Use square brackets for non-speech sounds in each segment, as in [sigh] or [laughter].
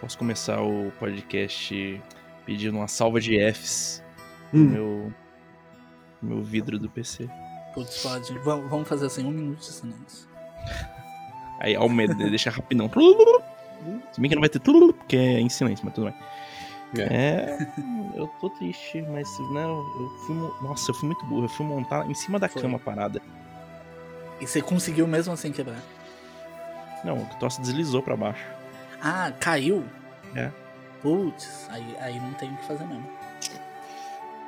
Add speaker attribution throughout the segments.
Speaker 1: Posso começar o podcast pedindo uma salva de Fs
Speaker 2: Hum.
Speaker 1: no meu, no meu vidro do PC.
Speaker 3: Putz, pode. Vam- Vamos fazer assim, um minuto de silêncio.
Speaker 1: Aí aumenta, deixa
Speaker 2: [laughs]
Speaker 1: rapidão. Se bem que não vai ter porque é em silêncio, mas tudo bem. É, eu tô triste, mas né, eu fui. mo- Nossa, eu fui muito burro. Eu fui montar em cima da
Speaker 3: Foi.
Speaker 1: cama parada.
Speaker 3: E você conseguiu mesmo assim quebrar.
Speaker 1: Não, o troço deslizou pra baixo.
Speaker 3: Ah, caiu?
Speaker 1: É.
Speaker 3: Putz, aí, aí não tem o que fazer mesmo.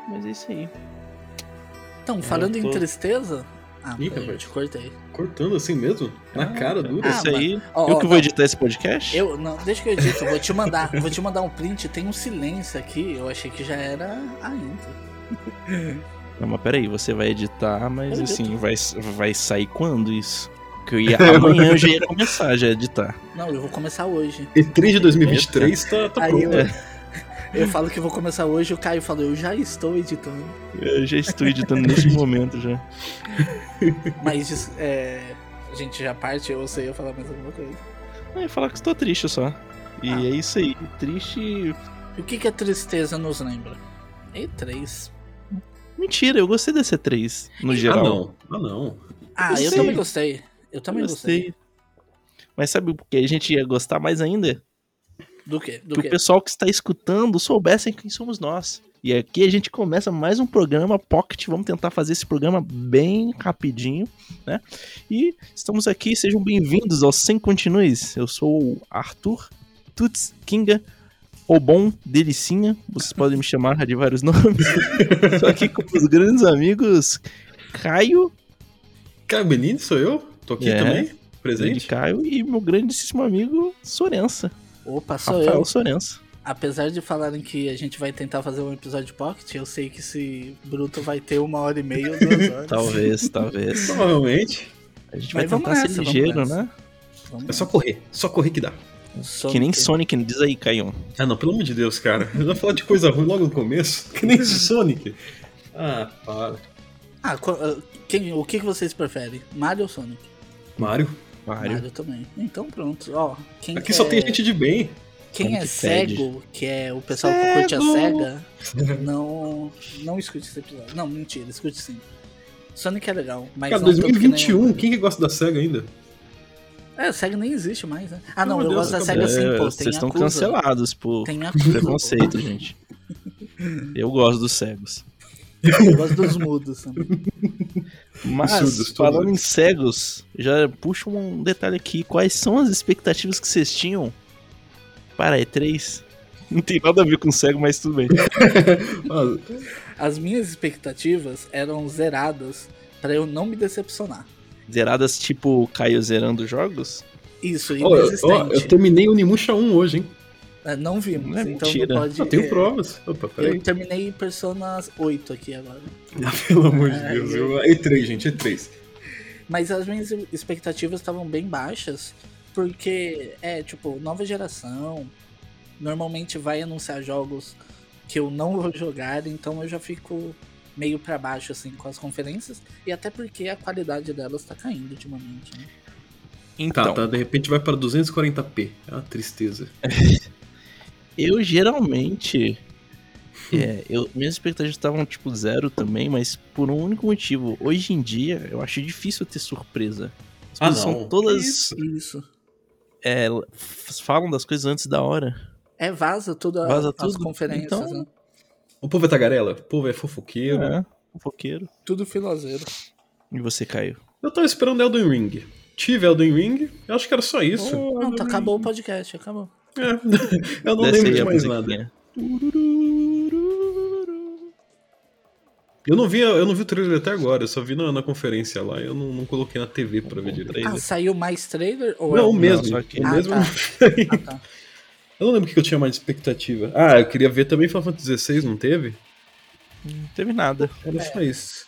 Speaker 1: Mas é isso aí.
Speaker 3: Então,
Speaker 1: Eu
Speaker 3: falando
Speaker 1: tô-
Speaker 3: em tristeza. Ah,
Speaker 2: Ih,
Speaker 3: peraí, eu
Speaker 2: rapaz.
Speaker 3: te cortei.
Speaker 2: Cortando assim mesmo? Na cara dura?
Speaker 1: É isso
Speaker 3: Ah,
Speaker 1: aí.
Speaker 3: Ó,
Speaker 1: eu
Speaker 3: ó,
Speaker 1: que vou editar esse podcast?
Speaker 3: Eu, não, deixa que eu edito, eu vou te mandar, vou te mandar um print, tem um silêncio aqui, eu achei que já era a intro.
Speaker 1: Não, mas peraí, você vai editar, mas
Speaker 3: Eu
Speaker 1: assim, vai, vai sair quando isso? Porque eu ia, amanhã eu já ia começar já a editar.
Speaker 3: Não, eu vou começar hoje.
Speaker 2: E3 de 2023 tá, tá
Speaker 3: Aí
Speaker 2: pronto.
Speaker 3: eu, eu falo que vou começar hoje, o Caio falou, eu já estou editando.
Speaker 1: É, Eu já estou editando neste momento já. É,
Speaker 3: Mas isso, é, a gente já parte, eu sei eu falar mais alguma coisa.
Speaker 1: Eu ia falar que estou triste só. E
Speaker 3: Ah.
Speaker 1: é isso aí. Triste.
Speaker 3: E o que, que a tristeza nos lembra? E3.
Speaker 1: Mentira, eu gostei desse E3, no
Speaker 2: Ah
Speaker 1: geral.
Speaker 2: não, ah não.
Speaker 3: Ah,
Speaker 1: Eu
Speaker 3: eu,
Speaker 1: sei.
Speaker 3: também gostei. Eu também gostei.
Speaker 1: Mas sabe o que a gente ia gostar mais ainda?
Speaker 3: Do quê? Do
Speaker 1: que
Speaker 3: quê?
Speaker 1: o pessoal que está escutando soubessem quem somos nós. E aqui a gente começa mais um programa Pocket. Vamos tentar fazer esse programa bem rapidinho, né? E estamos aqui, sejam bem-vindos ao Sem Continues. Eu sou o Arthur Tuts Kinga Obon Delicinha. Vocês podem me chamar de vários [laughs] nomes. Estou aqui com os grandes amigos Caio,
Speaker 2: Caio Benini sou eu? Tô aqui
Speaker 1: É.
Speaker 2: também?
Speaker 1: grande
Speaker 2: Presente?
Speaker 1: Caio, e meu grandíssimo amigo Sorensa,
Speaker 3: Opa, sou
Speaker 1: Rafael
Speaker 3: eu.
Speaker 1: Sorensa.
Speaker 3: Apesar de falarem que a gente vai tentar fazer um episódio pocket, eu sei que esse bruto vai ter uma hora e meia ou duas horas.
Speaker 1: Talvez, talvez.
Speaker 2: Provavelmente.
Speaker 1: A gente vai
Speaker 3: Mas vamos
Speaker 1: tentar ser
Speaker 3: nessa, vamos
Speaker 1: ligeiro,
Speaker 3: nessa.
Speaker 1: né?
Speaker 3: Vamos
Speaker 2: É só
Speaker 3: lá.
Speaker 2: correr, só correr que dá.
Speaker 3: Sonic.
Speaker 1: Que nem Sonic, diz aí, Caion.
Speaker 2: Ah não, pelo amor de Deus, cara. Eu já falar de coisa ruim logo no começo, [laughs] que nem Sonic. Ah, para.
Speaker 3: Ah, co- ah, quem- o que, que vocês preferem? Mario ou Sonic?
Speaker 2: Mario,
Speaker 1: Mario.
Speaker 3: também. Então pronto, ó. Quem
Speaker 2: aqui
Speaker 3: que
Speaker 2: só
Speaker 3: é-
Speaker 2: tem gente de bem.
Speaker 3: Quem
Speaker 1: Como
Speaker 3: é
Speaker 1: que fede.
Speaker 3: cego, que é o pessoal que curte a SEGA,
Speaker 2: [laughs]
Speaker 3: não, não escute esse episódio. Não, mentira, escute sim. Sonic é legal, mas
Speaker 2: Cara,
Speaker 3: não tanto que nem o
Speaker 2: 2021,
Speaker 3: outro.
Speaker 2: quem que gosta da SEGA ainda?
Speaker 3: É, a SEGA nem existe mais, né? Ah, não,
Speaker 2: Meu
Speaker 3: eu gosto
Speaker 2: Deus,
Speaker 3: da SEGA
Speaker 2: acabou.
Speaker 1: É,
Speaker 3: sim, assim, pô. Tem
Speaker 1: Vocês estão
Speaker 3: Yakuza.
Speaker 1: cancelados por [laughs]
Speaker 3: Tem Acusa.
Speaker 1: preconceito,
Speaker 3: [laughs]
Speaker 1: gente. Eu gosto dos cegos.
Speaker 3: Eu gosto dos mudos também.
Speaker 1: Mas,
Speaker 2: Absurdos, todos.
Speaker 1: falando em cegos, já puxa um detalhe aqui. Quais são as expectativas que vocês tinham para a E3? Não tem nada a ver com cego, mas tudo bem.
Speaker 2: Ah,
Speaker 3: As minhas expectativas eram zeradas pra eu não me decepcionar.
Speaker 1: Zeradas tipo Caio zerando jogos?
Speaker 3: Isso,
Speaker 2: ó, eu- ó, eu,
Speaker 3: inexistente.
Speaker 2: terminei o Onimusha 1 hoje, hein?
Speaker 3: É, Não vimos,
Speaker 1: Não é
Speaker 3: então
Speaker 1: mentira.
Speaker 3: não pode...
Speaker 2: Eu tenho
Speaker 3: é,
Speaker 2: provas. Opa, peraí.
Speaker 3: Eu terminei Persona 8 aqui agora.
Speaker 2: Ah, [laughs] pelo amor de
Speaker 3: Ai,
Speaker 2: Deus.
Speaker 3: ai.
Speaker 2: Eu... E3, gente, E3.
Speaker 3: Mas as minhas expectativas estavam bem baixas, porque é tipo, nova geração normalmente vai anunciar jogos que eu não [laughs] vou jogar, então eu já fico meio pra baixo assim com as conferências, e até porque a qualidade delas tá caindo ultimamente. Né?
Speaker 2: Tá,
Speaker 1: Então,
Speaker 2: tá, de repente vai pra 240p. É uma tristeza.
Speaker 1: Eu geralmente.
Speaker 2: Hum.
Speaker 1: é, eu, minhas expectativas estavam tipo zero também, mas por um único motivo. Hoje em dia, eu acho difícil ter surpresa. As
Speaker 2: Ah,
Speaker 1: coisas
Speaker 2: não.
Speaker 1: são
Speaker 2: Que
Speaker 1: todas.
Speaker 2: isso?
Speaker 3: Isso.
Speaker 1: é, f- falam das coisas antes da hora.
Speaker 3: É vaza toda
Speaker 1: Vaza
Speaker 3: as
Speaker 1: tudo,
Speaker 3: conferências,
Speaker 1: então-
Speaker 3: né?
Speaker 2: O povo é tagarela, o povo é fofoqueiro.
Speaker 1: É, fofoqueiro.
Speaker 3: tudo filoseiro.
Speaker 1: E você caiu.
Speaker 2: Eu tava esperando Elden Ring. Tive Elden Ring, eu acho que era só isso.
Speaker 3: Pronto, tá, acabou o podcast, acabou. Ah,
Speaker 2: É. Eu não
Speaker 1: Desce
Speaker 2: lembro
Speaker 1: aí
Speaker 2: de
Speaker 1: a
Speaker 2: mais nada.
Speaker 1: musiquinha.
Speaker 2: Eu não vi, eu não vi o trailer até agora, eu só vi na, na conferência lá. Eu não, não coloquei na TV pra ver direito.
Speaker 3: Ah,
Speaker 1: Trailer.
Speaker 3: saiu mais trailer? Ou
Speaker 2: Não,
Speaker 3: é...
Speaker 2: o mesmo.
Speaker 1: só que-
Speaker 2: o
Speaker 3: Ah,
Speaker 2: mesmo.
Speaker 3: tá. Ah, tá.
Speaker 2: [laughs] Eu não lembro o que eu tinha mais de expectativa. Ah, eu queria ver também Final Fantasy XVI, não teve?
Speaker 1: Não teve nada.
Speaker 3: É.
Speaker 2: Era só isso.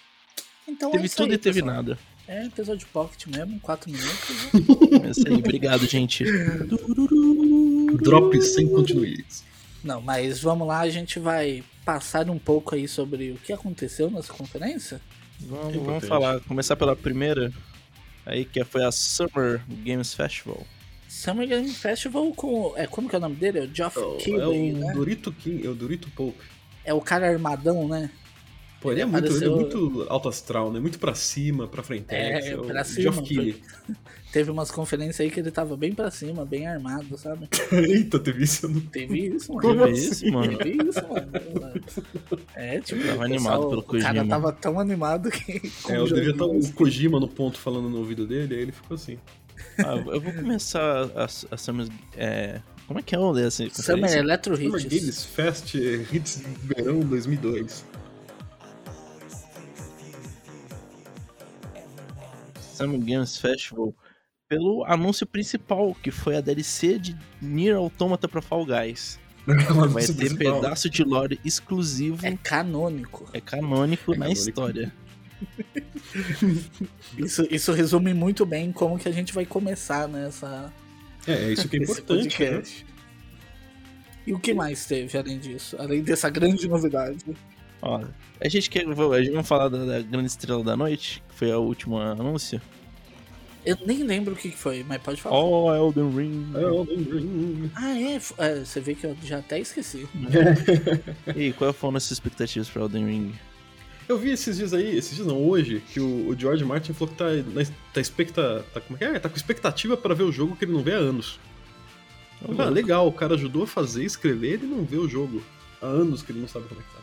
Speaker 3: Então é
Speaker 1: Teve
Speaker 3: isso
Speaker 1: tudo
Speaker 3: aí,
Speaker 1: e teve
Speaker 3: pessoal.
Speaker 1: nada.
Speaker 3: É episódio pocket mesmo, 4 minutos.
Speaker 1: É isso aí, obrigado, gente.
Speaker 2: Drop sem continuidade.
Speaker 3: Não, mas vamos lá, a gente vai passar um pouco aí sobre o que aconteceu nessa conferência.
Speaker 1: Vamos, vamos
Speaker 2: Importante.
Speaker 1: falar, começar pela primeira aí que foi a Summer Games Festival.
Speaker 3: Summer Game Festival com. É, como que é o nome dele? É o Geoff
Speaker 2: é
Speaker 3: Keighley,
Speaker 2: o
Speaker 3: né?
Speaker 2: Dorito King, é o Dorito Pope.
Speaker 3: É o cara armadão, né?
Speaker 2: Pô, ele é,
Speaker 3: Ele
Speaker 2: muito, ele é
Speaker 3: apareceu-
Speaker 2: muito alto astral, né? Muito pra cima, pra frente.
Speaker 3: É,
Speaker 2: o
Speaker 3: pra cima, [laughs]
Speaker 2: Geoff Keighley.
Speaker 3: Teve umas conferências aí que ele tava bem pra cima, bem armado, sabe?
Speaker 2: Eita, teve isso. eu não-
Speaker 3: Teve isso, mano.
Speaker 2: Como
Speaker 1: Teve
Speaker 2: assim?
Speaker 1: é isso, mano.
Speaker 3: Teve isso, mano. É, tipo,
Speaker 1: Tava
Speaker 3: o
Speaker 1: animado pelo
Speaker 3: O cara
Speaker 1: Kojima.
Speaker 3: tava tão animado que. com
Speaker 2: É,
Speaker 3: o
Speaker 2: eu devia estar
Speaker 3: joguinho,
Speaker 2: o Kojima no ponto falando no ouvido dele, aí ele ficou assim.
Speaker 1: Ah, eu vou começar a, a Summer. É, como é que é o dessa
Speaker 3: Summer
Speaker 1: conferência?
Speaker 3: Electro
Speaker 2: Summer
Speaker 3: Hits.
Speaker 2: Games Fest eh, Hits Verão 2002. [laughs]
Speaker 1: Summer Games Festival pelo anúncio principal, que foi a DLC de Nier Automata pra Fall Guys. Vai
Speaker 2: assim,
Speaker 1: ter pedaço de lore exclusivo,
Speaker 3: É canônico.
Speaker 1: é canônico
Speaker 2: É
Speaker 1: na
Speaker 2: canônico.
Speaker 1: história.
Speaker 3: Isso, isso resume muito bem como que a gente vai começar nessa,
Speaker 2: É, é isso que é
Speaker 3: esse
Speaker 2: importante. Né?
Speaker 3: podcast. E o que mais teve além disso? Além dessa grande novidade?
Speaker 1: Ó, a gente quer. A gente vamos falar da, da grande estrela da noite, que foi a última anúncio.
Speaker 3: Eu nem lembro o que que foi, mas pode falar.
Speaker 1: Oh, Elden Ring.
Speaker 2: É, Elden
Speaker 3: [laughs]
Speaker 2: Ring.
Speaker 3: Ah, é, f- é, Você vê que eu já até esqueci.
Speaker 1: E qual foram as suas expectativas pra Elden Ring?
Speaker 2: Eu vi esses dias aí, esses dias não, hoje, que o, o George Martin falou que tá, na, tá, expecta, tá, como é que é? tá com expectativa pra ver o jogo que ele não vê há anos. Eu
Speaker 1: Uhum.
Speaker 2: falei, ah, legal, o cara ajudou a fazer, escrever, ele não vê o jogo. Há anos que ele não sabe como é que tá.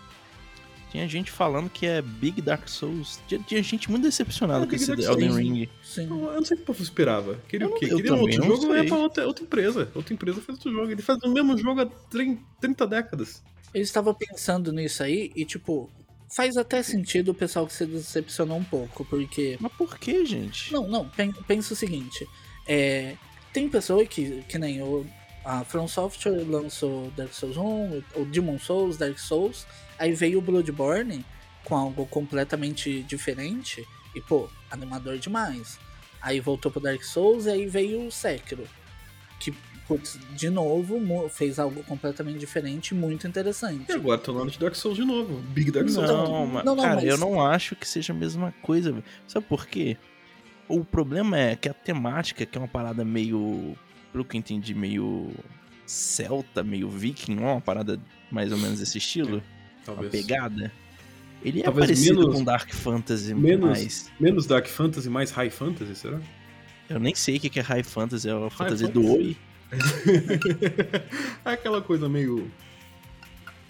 Speaker 1: Tinha gente falando que é Big Dark Souls. Tinha, tinha gente muito decepcionada
Speaker 2: É,
Speaker 1: com
Speaker 2: Big
Speaker 1: esse
Speaker 2: Dark
Speaker 1: Elden
Speaker 2: Souls.
Speaker 1: Ring.
Speaker 3: Sim.
Speaker 2: Então, Eu eu não sei o que o povo esperava. Queria
Speaker 1: Eu
Speaker 2: o
Speaker 1: não-
Speaker 2: quê?
Speaker 1: eu
Speaker 2: Queria um outro
Speaker 1: também não
Speaker 2: jogo ou ia
Speaker 1: sei.
Speaker 2: pra outra, outra empresa. Outra empresa faz outro jogo. Ele faz o mesmo jogo há 30, 30 décadas.
Speaker 3: Eu estava pensando nisso aí e, tipo, faz até sentido o pessoal que se decepcionou um pouco, porque.
Speaker 1: Mas por que, gente?
Speaker 3: Não, não, pen- pensa o seguinte. É, tem pessoa que, que nem eu. A From Software lançou Dark Souls 1, ou Demon Souls, Dark Souls. Aí veio o Bloodborne com algo completamente diferente. E, pô, animador demais. Aí voltou pro Dark Souls e aí veio o Sekiro. Que, putz, de novo, mu- fez algo completamente diferente e muito interessante.
Speaker 2: E agora tô na de Dark Souls de novo. Big Dark Souls.
Speaker 1: Não, mas,
Speaker 3: não, não,
Speaker 1: cara,
Speaker 3: mas-
Speaker 1: eu não acho que seja a mesma coisa. velho. Sabe por quê? O problema é que a temática, que é uma parada meio. Pelo que eu entendi, meio. Celta, meio viking, é uma parada mais ou menos desse estilo, uma
Speaker 2: Talvez.
Speaker 1: pegada. Ele é
Speaker 2: Talvez
Speaker 1: parecido
Speaker 2: menos-
Speaker 1: com Dark Fantasy,
Speaker 2: menos-
Speaker 1: mas
Speaker 2: Menos Dark Fantasy, mais High Fantasy, será? [laughs]
Speaker 1: eu nem sei o que que é High Fantasy, é a fantasia do
Speaker 2: Fantasy.
Speaker 1: Oi.
Speaker 2: É Aquela coisa meio.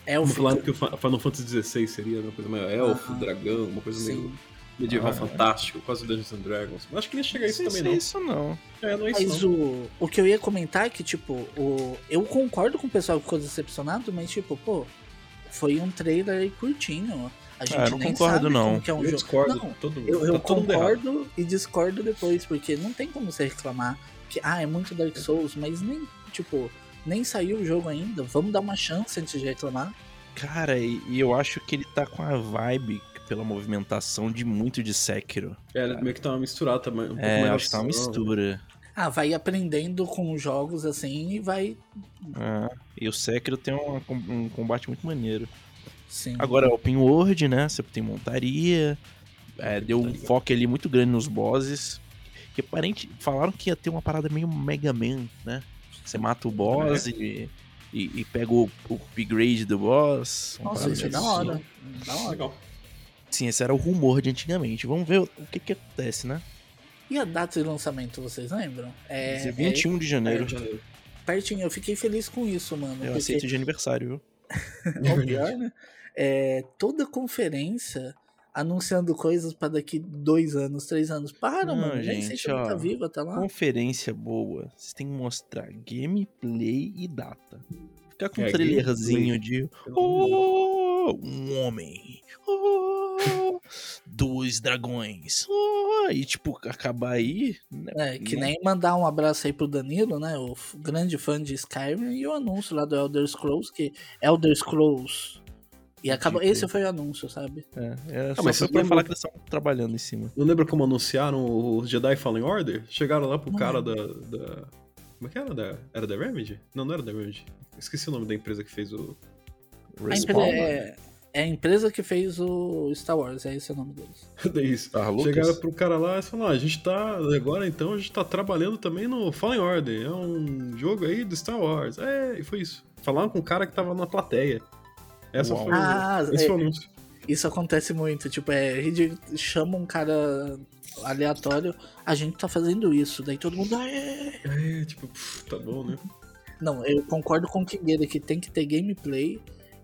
Speaker 3: É o
Speaker 2: Como falaram que o Fa- Final Fantasy XVI seria né? uma coisa meio elfo,
Speaker 3: Ah.
Speaker 2: dragão, uma coisa meio
Speaker 3: Sim.
Speaker 2: medieval
Speaker 1: Ah.
Speaker 2: fantástico, quase Dungeons and Dragons. Mas acho que nem chega a isso
Speaker 1: Não sei
Speaker 2: também,
Speaker 1: se é
Speaker 2: não.
Speaker 1: isso não.
Speaker 2: É, não é isso.
Speaker 3: Mas
Speaker 2: não.
Speaker 3: o, o que eu ia comentar é que, tipo, o, eu concordo com o pessoal que ficou decepcionado, mas, tipo, pô, foi um trailer aí curtinho. A gente
Speaker 1: Ah, eu não
Speaker 3: nem
Speaker 1: concordo,
Speaker 3: sabe
Speaker 1: não.
Speaker 3: como que é um
Speaker 2: Eu
Speaker 3: jogo.
Speaker 2: discordo.
Speaker 3: Não,
Speaker 2: todo mundo.
Speaker 3: eu, eu
Speaker 2: tá todo mundo errado.
Speaker 3: concordo e discordo depois, porque não tem como você reclamar que, ah, é muito Dark Souls, mas nem, tipo, nem saiu o jogo ainda, vamos dar uma chance antes de reclamar.
Speaker 1: Cara, e, e eu acho que ele tá com a vibe pela movimentação de muito de Sekiro.
Speaker 2: É, ele meio que tá uma misturada também. Um pouco
Speaker 1: é,
Speaker 2: mais
Speaker 1: acho que tá uma
Speaker 2: ação.
Speaker 1: mistura.
Speaker 3: Ah, vai aprendendo com os jogos assim e vai.
Speaker 1: Ah, e o Sekiro tem um, um combate muito maneiro.
Speaker 3: Sim.
Speaker 1: Agora, Open World, né? Você tem montaria. é, deu um foco ali muito grande nos bosses. Que aparente, falaram que ia ter uma parada meio Mega Man, né? Você mata o boss e, e, e pega o, o upgrade do boss. uma
Speaker 3: Nossa,
Speaker 1: parada
Speaker 3: isso é da
Speaker 1: meio assim.
Speaker 3: hora. Da hora.
Speaker 2: Legal.
Speaker 1: Sim, esse era o rumor de antigamente. Vamos ver o o que que acontece, né?
Speaker 3: E a data de lançamento, vocês lembram? É,
Speaker 1: Dia 21 de janeiro.
Speaker 3: é pertinho, eu fiquei feliz com isso, mano.
Speaker 1: Eu
Speaker 3: porque-
Speaker 1: aceito de aniversário, viu?
Speaker 3: é o pior, né? É, toda conferência anunciando coisas pra daqui dois anos, três anos. Para,
Speaker 1: Não,
Speaker 3: mano. nem sei
Speaker 1: gente,
Speaker 3: se ele
Speaker 1: ó.
Speaker 3: tá vivo até lá.
Speaker 1: Conferência boa. Vocês têm que mostrar gameplay e data. Ficar com
Speaker 2: É,
Speaker 1: um trailerzinho de. Oh, um homem. Oh, dois dragões. Oh, e tipo, acabar aí. né?
Speaker 3: É, que nem mandar um abraço aí pro Danilo, né? O f- grande fã de Skyrim, e o anúncio lá do Elder Scrolls, que Elder Scrolls. E acabou.
Speaker 1: Tipo-
Speaker 3: Esse foi o anúncio, sabe?
Speaker 1: É, era só
Speaker 2: Ah, mas
Speaker 1: foi
Speaker 2: vocês
Speaker 1: pra
Speaker 2: lembram-
Speaker 1: falar que eles estão trabalhando em cima.
Speaker 2: Não lembra como anunciaram o Jedi Fallen Order? Chegaram lá pro
Speaker 3: Não
Speaker 2: cara da, da- Como é que era? Da... Era da Remedy? Não, não era da Remedy. Esqueci o [laughs] nome da empresa que fez o.
Speaker 3: A
Speaker 1: Respawn,
Speaker 3: empresa é, É a empresa que fez o Star Wars, é esse o nome deles.
Speaker 2: Daí isso.
Speaker 4: Ah, Lucas.
Speaker 2: Chegaram pro cara lá e falaram, ah, a gente tá, agora então, a gente tá trabalhando também no Fallen Order, é um jogo aí do Star Wars. É, e foi isso. Falaram com o cara que tava na plateia. Essa
Speaker 4: Uau.
Speaker 2: foi,
Speaker 3: Ah,
Speaker 2: esse
Speaker 3: é.
Speaker 2: foi o anúncio.
Speaker 3: Isso acontece muito, tipo, é, ridículo, chama um cara aleatório, a gente tá fazendo isso, daí todo mundo. "Aê!"
Speaker 2: É, tipo, pff, tá bom, né?
Speaker 3: Não, eu concordo com o Kigueira que tem que ter gameplay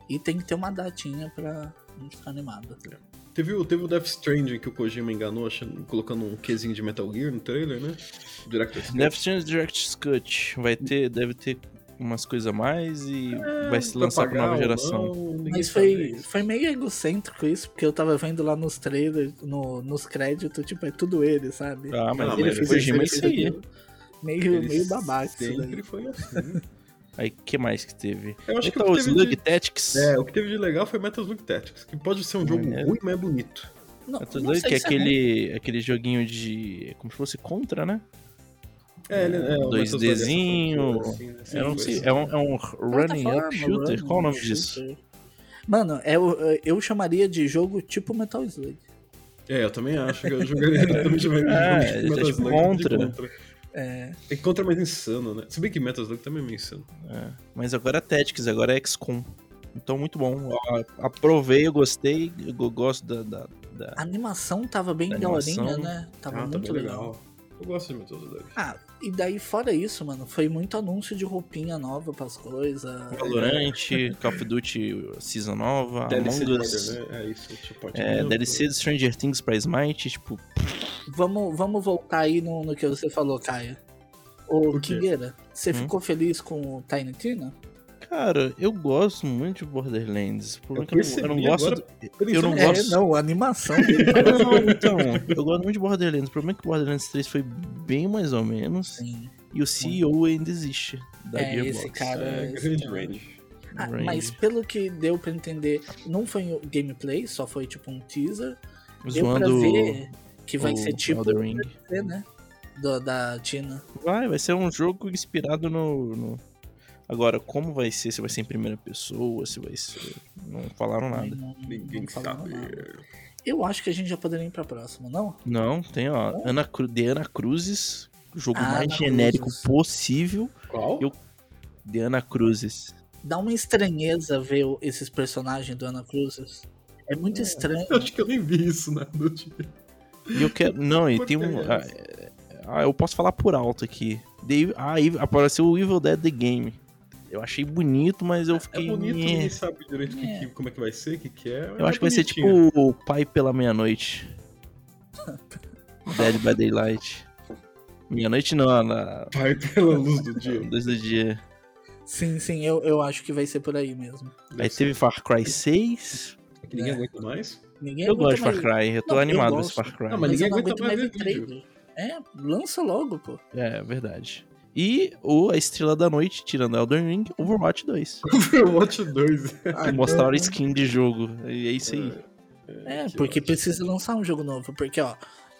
Speaker 3: e tem que ter uma datinha pra gente ficar animado.
Speaker 2: Teve o, teve o Death Stranding que o Kojima enganou, achando- colocando um quesinho de Metal Gear no trailer, né? Director's Cut.
Speaker 1: Death Stranding Direct Cut vai ter, deve ter umas coisas a mais e vai se
Speaker 2: Pra
Speaker 1: lançar pra
Speaker 2: pagar
Speaker 1: nova
Speaker 2: ou
Speaker 1: geração.
Speaker 2: não, ninguém
Speaker 3: Mas
Speaker 2: sabe
Speaker 3: foi,
Speaker 2: ainda.
Speaker 3: foi meio egocêntrico isso, porque eu tava vendo lá nos trailers, no, nos créditos, tipo, é tudo ele, sabe?
Speaker 1: Ah, mas
Speaker 2: Ah,
Speaker 1: ele fez
Speaker 2: mas depois
Speaker 1: Kojima é
Speaker 2: ele
Speaker 1: isso
Speaker 2: fez
Speaker 1: aí.
Speaker 3: aquilo. Meio,
Speaker 2: Ele é
Speaker 3: meio babaca isso daí.
Speaker 2: Sempre foi assim.
Speaker 1: Aí que mais que teve?
Speaker 2: Eu acho que
Speaker 1: Metal
Speaker 2: o que, teve
Speaker 1: Slug
Speaker 2: de,
Speaker 1: Então, Tactics.
Speaker 2: é, o que teve de legal foi Metal Slug Tactics, que pode ser um jogo
Speaker 1: Maneiro.
Speaker 2: ruim, mas é bonito.
Speaker 3: Não,
Speaker 1: Metal
Speaker 3: não
Speaker 1: Slug,
Speaker 3: sei
Speaker 1: que é
Speaker 3: se é ruim.
Speaker 1: aquele, aquele joguinho de. como se fosse contra, né?
Speaker 2: É, ele é o Metal Slug é essa
Speaker 1: 2Dzinho,
Speaker 2: cultura, assim, né?
Speaker 1: Eu não
Speaker 2: Sim,
Speaker 1: sei,
Speaker 2: coisa.
Speaker 1: é um, é um running up
Speaker 3: Plataforma, né?
Speaker 1: shooter.
Speaker 3: running
Speaker 1: Qual o nome
Speaker 3: up
Speaker 1: disso?
Speaker 3: shooter. Mano, é o- eu chamaria de jogo tipo Metal Slug.
Speaker 2: É, eu também acho que eu jogaria [laughs] eu também jogaria
Speaker 1: Ah,
Speaker 2: jogos de
Speaker 1: é tipo
Speaker 2: de
Speaker 1: Contra.
Speaker 3: É,
Speaker 2: É que Contra é mais insano, né? Se bem que Metal Slug também é meio insano.
Speaker 1: É, Mas agora é Tactics, agora é XCOM. Então, muito bom. A- Aprovei, eu gostei, eu go- gosto da. da- da-
Speaker 3: a animação tava bem
Speaker 1: A
Speaker 3: daorinha,
Speaker 1: animação-
Speaker 3: né? Tava
Speaker 2: Ah, tá
Speaker 3: muito
Speaker 2: bem
Speaker 3: legal.
Speaker 2: Eu gosto de Metal Slug.
Speaker 3: Ah, e daí fora isso, mano, foi muito anúncio de roupinha nova pras coisas.
Speaker 2: É,
Speaker 1: Valorant, Call of Duty Season Nova,
Speaker 2: DLC
Speaker 1: Among Us,
Speaker 2: Order, tá né? É isso, tipo,
Speaker 1: é,
Speaker 2: tipo,
Speaker 1: DLC do Stranger Things pra Smite, tipo,
Speaker 3: Vamos, vamos voltar aí no, no que você falou, Caio. Ô,
Speaker 2: O quê?
Speaker 3: Kigueira, você
Speaker 1: Hum?
Speaker 3: ficou feliz com o Tiny Tina?
Speaker 1: cara, eu gosto muito de Borderlands. O problema é que
Speaker 2: Eu
Speaker 1: eu, não- eu não
Speaker 2: percebi
Speaker 1: gosto.
Speaker 2: agora,
Speaker 1: do-
Speaker 2: Ele
Speaker 1: eu não
Speaker 2: sempre-
Speaker 1: É, gosto.
Speaker 3: não, a animação.
Speaker 1: [laughs] Não, então, eu gosto muito de Borderlands. O problema é que Borderlands 3 foi bem mais ou menos.
Speaker 3: Sim.
Speaker 1: E o CEO ainda existe da
Speaker 3: É,
Speaker 1: Gearbox.
Speaker 3: esse cara.
Speaker 2: É,
Speaker 3: esse
Speaker 2: grande
Speaker 3: cara.
Speaker 2: range.
Speaker 3: Ah,
Speaker 1: Range.
Speaker 3: mas pelo que deu pra entender, não foi um gameplay, só foi tipo um teaser. Deu pra
Speaker 1: Zoando
Speaker 3: ver que vai
Speaker 1: o
Speaker 3: ser tipo
Speaker 1: Elden Ring.
Speaker 3: DLC, né? Do- da Tina.
Speaker 1: Vai, vai ser um jogo inspirado no, no- Agora, como vai ser? Se vai ser em primeira pessoa, se vai ser. Não falaram
Speaker 3: Não-
Speaker 1: nada.
Speaker 3: não-
Speaker 2: Ninguém
Speaker 3: não falaram
Speaker 2: sabe.
Speaker 3: nada. Eu acho que a gente já poderia ir pra próxima, não?
Speaker 1: Não, tem, ó. Ana Cru... The Ana Cruzes, o jogo
Speaker 3: Ah,
Speaker 1: mais
Speaker 3: Ana
Speaker 1: genérico
Speaker 3: Cruzes.
Speaker 1: possível.
Speaker 2: Qual?
Speaker 1: Eu- The Ana Cruzes.
Speaker 3: Dá uma estranheza ver o- esses personagens do Ana Cruzes. É muito estranho.
Speaker 2: Eu acho que eu nem vi isso, né? do tipo.
Speaker 1: E eu
Speaker 2: [laughs]
Speaker 1: quero. Não, e
Speaker 2: Por
Speaker 1: tem um.
Speaker 2: Deus.
Speaker 1: Ah, é- ah, eu posso falar por alto aqui. The... Ah, e- apareceu o Evil Dead The Game. Eu achei bonito, mas eu
Speaker 2: É
Speaker 1: fiquei.
Speaker 2: bonito,
Speaker 1: "Nhé".
Speaker 2: ninguém sabe direito o que-
Speaker 3: É.
Speaker 2: que- como é que vai ser, o que, que é. mas
Speaker 1: Eu
Speaker 2: é
Speaker 1: acho que vai ser
Speaker 2: bonitinho.
Speaker 1: tipo o Pai pela Meia-Noite. Dead by Daylight. Meia-noite não, na
Speaker 2: Vai pela luz do dia.
Speaker 1: luz do dia.
Speaker 3: Sim, sim, eu, eu acho que vai ser por aí mesmo.
Speaker 1: Aí teve Far Cry 6.
Speaker 2: É Que ninguém aguenta [laughs] mais.
Speaker 3: Ninguém
Speaker 1: Eu
Speaker 3: aguenta
Speaker 1: gosto de Far
Speaker 3: mais-
Speaker 1: Cry, eu tô
Speaker 3: Não, eu
Speaker 1: animado com esse
Speaker 3: gosto.
Speaker 1: Far Cry.
Speaker 2: Não,
Speaker 3: Mas
Speaker 2: mas ninguém
Speaker 3: eu não
Speaker 2: aguenta
Speaker 3: aguento
Speaker 2: mais
Speaker 3: mais ver
Speaker 2: ver
Speaker 3: trailer.
Speaker 2: vídeo.
Speaker 3: É, lança logo, pô.
Speaker 1: É, verdade. E o A Estrela da Noite, tirando Elden Ring, Overwatch 2.
Speaker 2: Overwatch 2.
Speaker 1: Mostraram
Speaker 2: então,
Speaker 1: skin de jogo. E é isso aí.
Speaker 3: É,
Speaker 2: Que
Speaker 3: porque
Speaker 2: ótimo.
Speaker 3: precisa lançar um jogo novo. Porque, ó,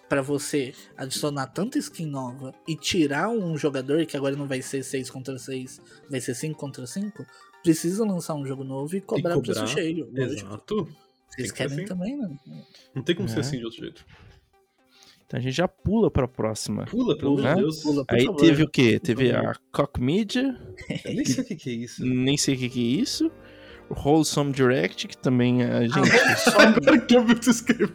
Speaker 3: pra você adicionar tanta skin nova e tirar um jogador, que agora não vai ser 6 contra 6, vai ser 5 contra 5, precisa lançar um jogo novo e cobrar,
Speaker 2: cobrar,
Speaker 3: preço cheio. lógico.
Speaker 2: Exato.
Speaker 3: Vocês
Speaker 2: que ser
Speaker 3: querem
Speaker 2: assim.
Speaker 3: também, né?
Speaker 2: Não tem como
Speaker 1: É.
Speaker 2: ser assim de outro jeito.
Speaker 1: Então a gente já pula pra próxima.
Speaker 2: Pula, pelo amor
Speaker 1: Né?
Speaker 2: de Deus.
Speaker 3: Pula. Por
Speaker 1: Aí
Speaker 3: favor.
Speaker 1: teve o quê? Teve a Cock Media,
Speaker 2: Eu nem sei o que, que é isso.
Speaker 1: nem sei o que, que é isso. O Wholesome Direct, que também a gente.
Speaker 3: Ah, some,
Speaker 2: Agora que eu vi o que você escreveu.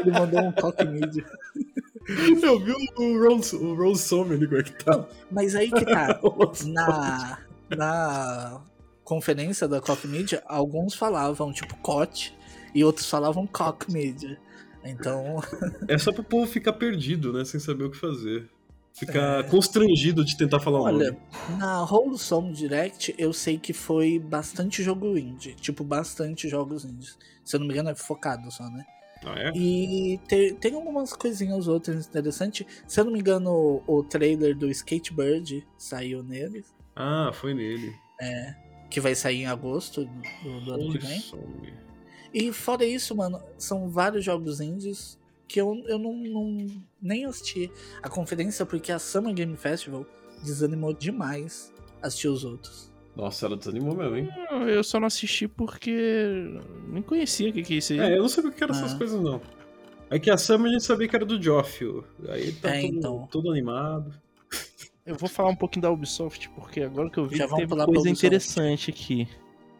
Speaker 3: ele mandou um toque mid.
Speaker 2: [laughs] Eu vi o Rose, o Rose Some ali, como é que tá.
Speaker 3: Mas aí que tá.
Speaker 2: Nossa.
Speaker 3: Na, na conferência da Cock Media, alguns falavam tipo COT e outros falavam Cock Media. Então,
Speaker 2: É só pro povo ficar perdido, né? Sem saber o que fazer. Ficar constrangido de tentar falar o
Speaker 3: Olha,
Speaker 2: nome.
Speaker 3: na Wholesome Direct eu sei que foi bastante jogo indie. Tipo, bastante jogos indies. Se eu não me engano, é focado só, né?
Speaker 2: Ah, é?
Speaker 3: E te- tem algumas coisinhas outras interessantes. Se eu não me engano, o, o trailer do Skatebird saiu nele,
Speaker 2: Ah, foi nele.
Speaker 3: que vai sair em agosto do, do ano que
Speaker 2: Holy
Speaker 3: vem.
Speaker 2: Some.
Speaker 3: E fora isso, mano, são vários jogos indies que eu, eu não, não- nem assisti a conferência porque a Summer Game Festival desanimou demais assistir os outros.
Speaker 2: Nossa, ela desanimou mesmo, hein?
Speaker 1: Eu só não assisti porque nem conhecia o que, que é isso aí.
Speaker 2: É, eu não sabia o que era essas
Speaker 3: Ah.
Speaker 2: coisas, não. É que a Sam a gente sabia que era do Joff. o- Aí tá
Speaker 3: É,
Speaker 2: todo,
Speaker 3: então.
Speaker 2: todo animado.
Speaker 1: Eu vou falar um pouquinho da Ubisoft, porque agora que eu vi
Speaker 3: Já vamos
Speaker 1: teve
Speaker 3: pular pra
Speaker 1: coisa
Speaker 3: Ubisoft.
Speaker 1: interessante aqui.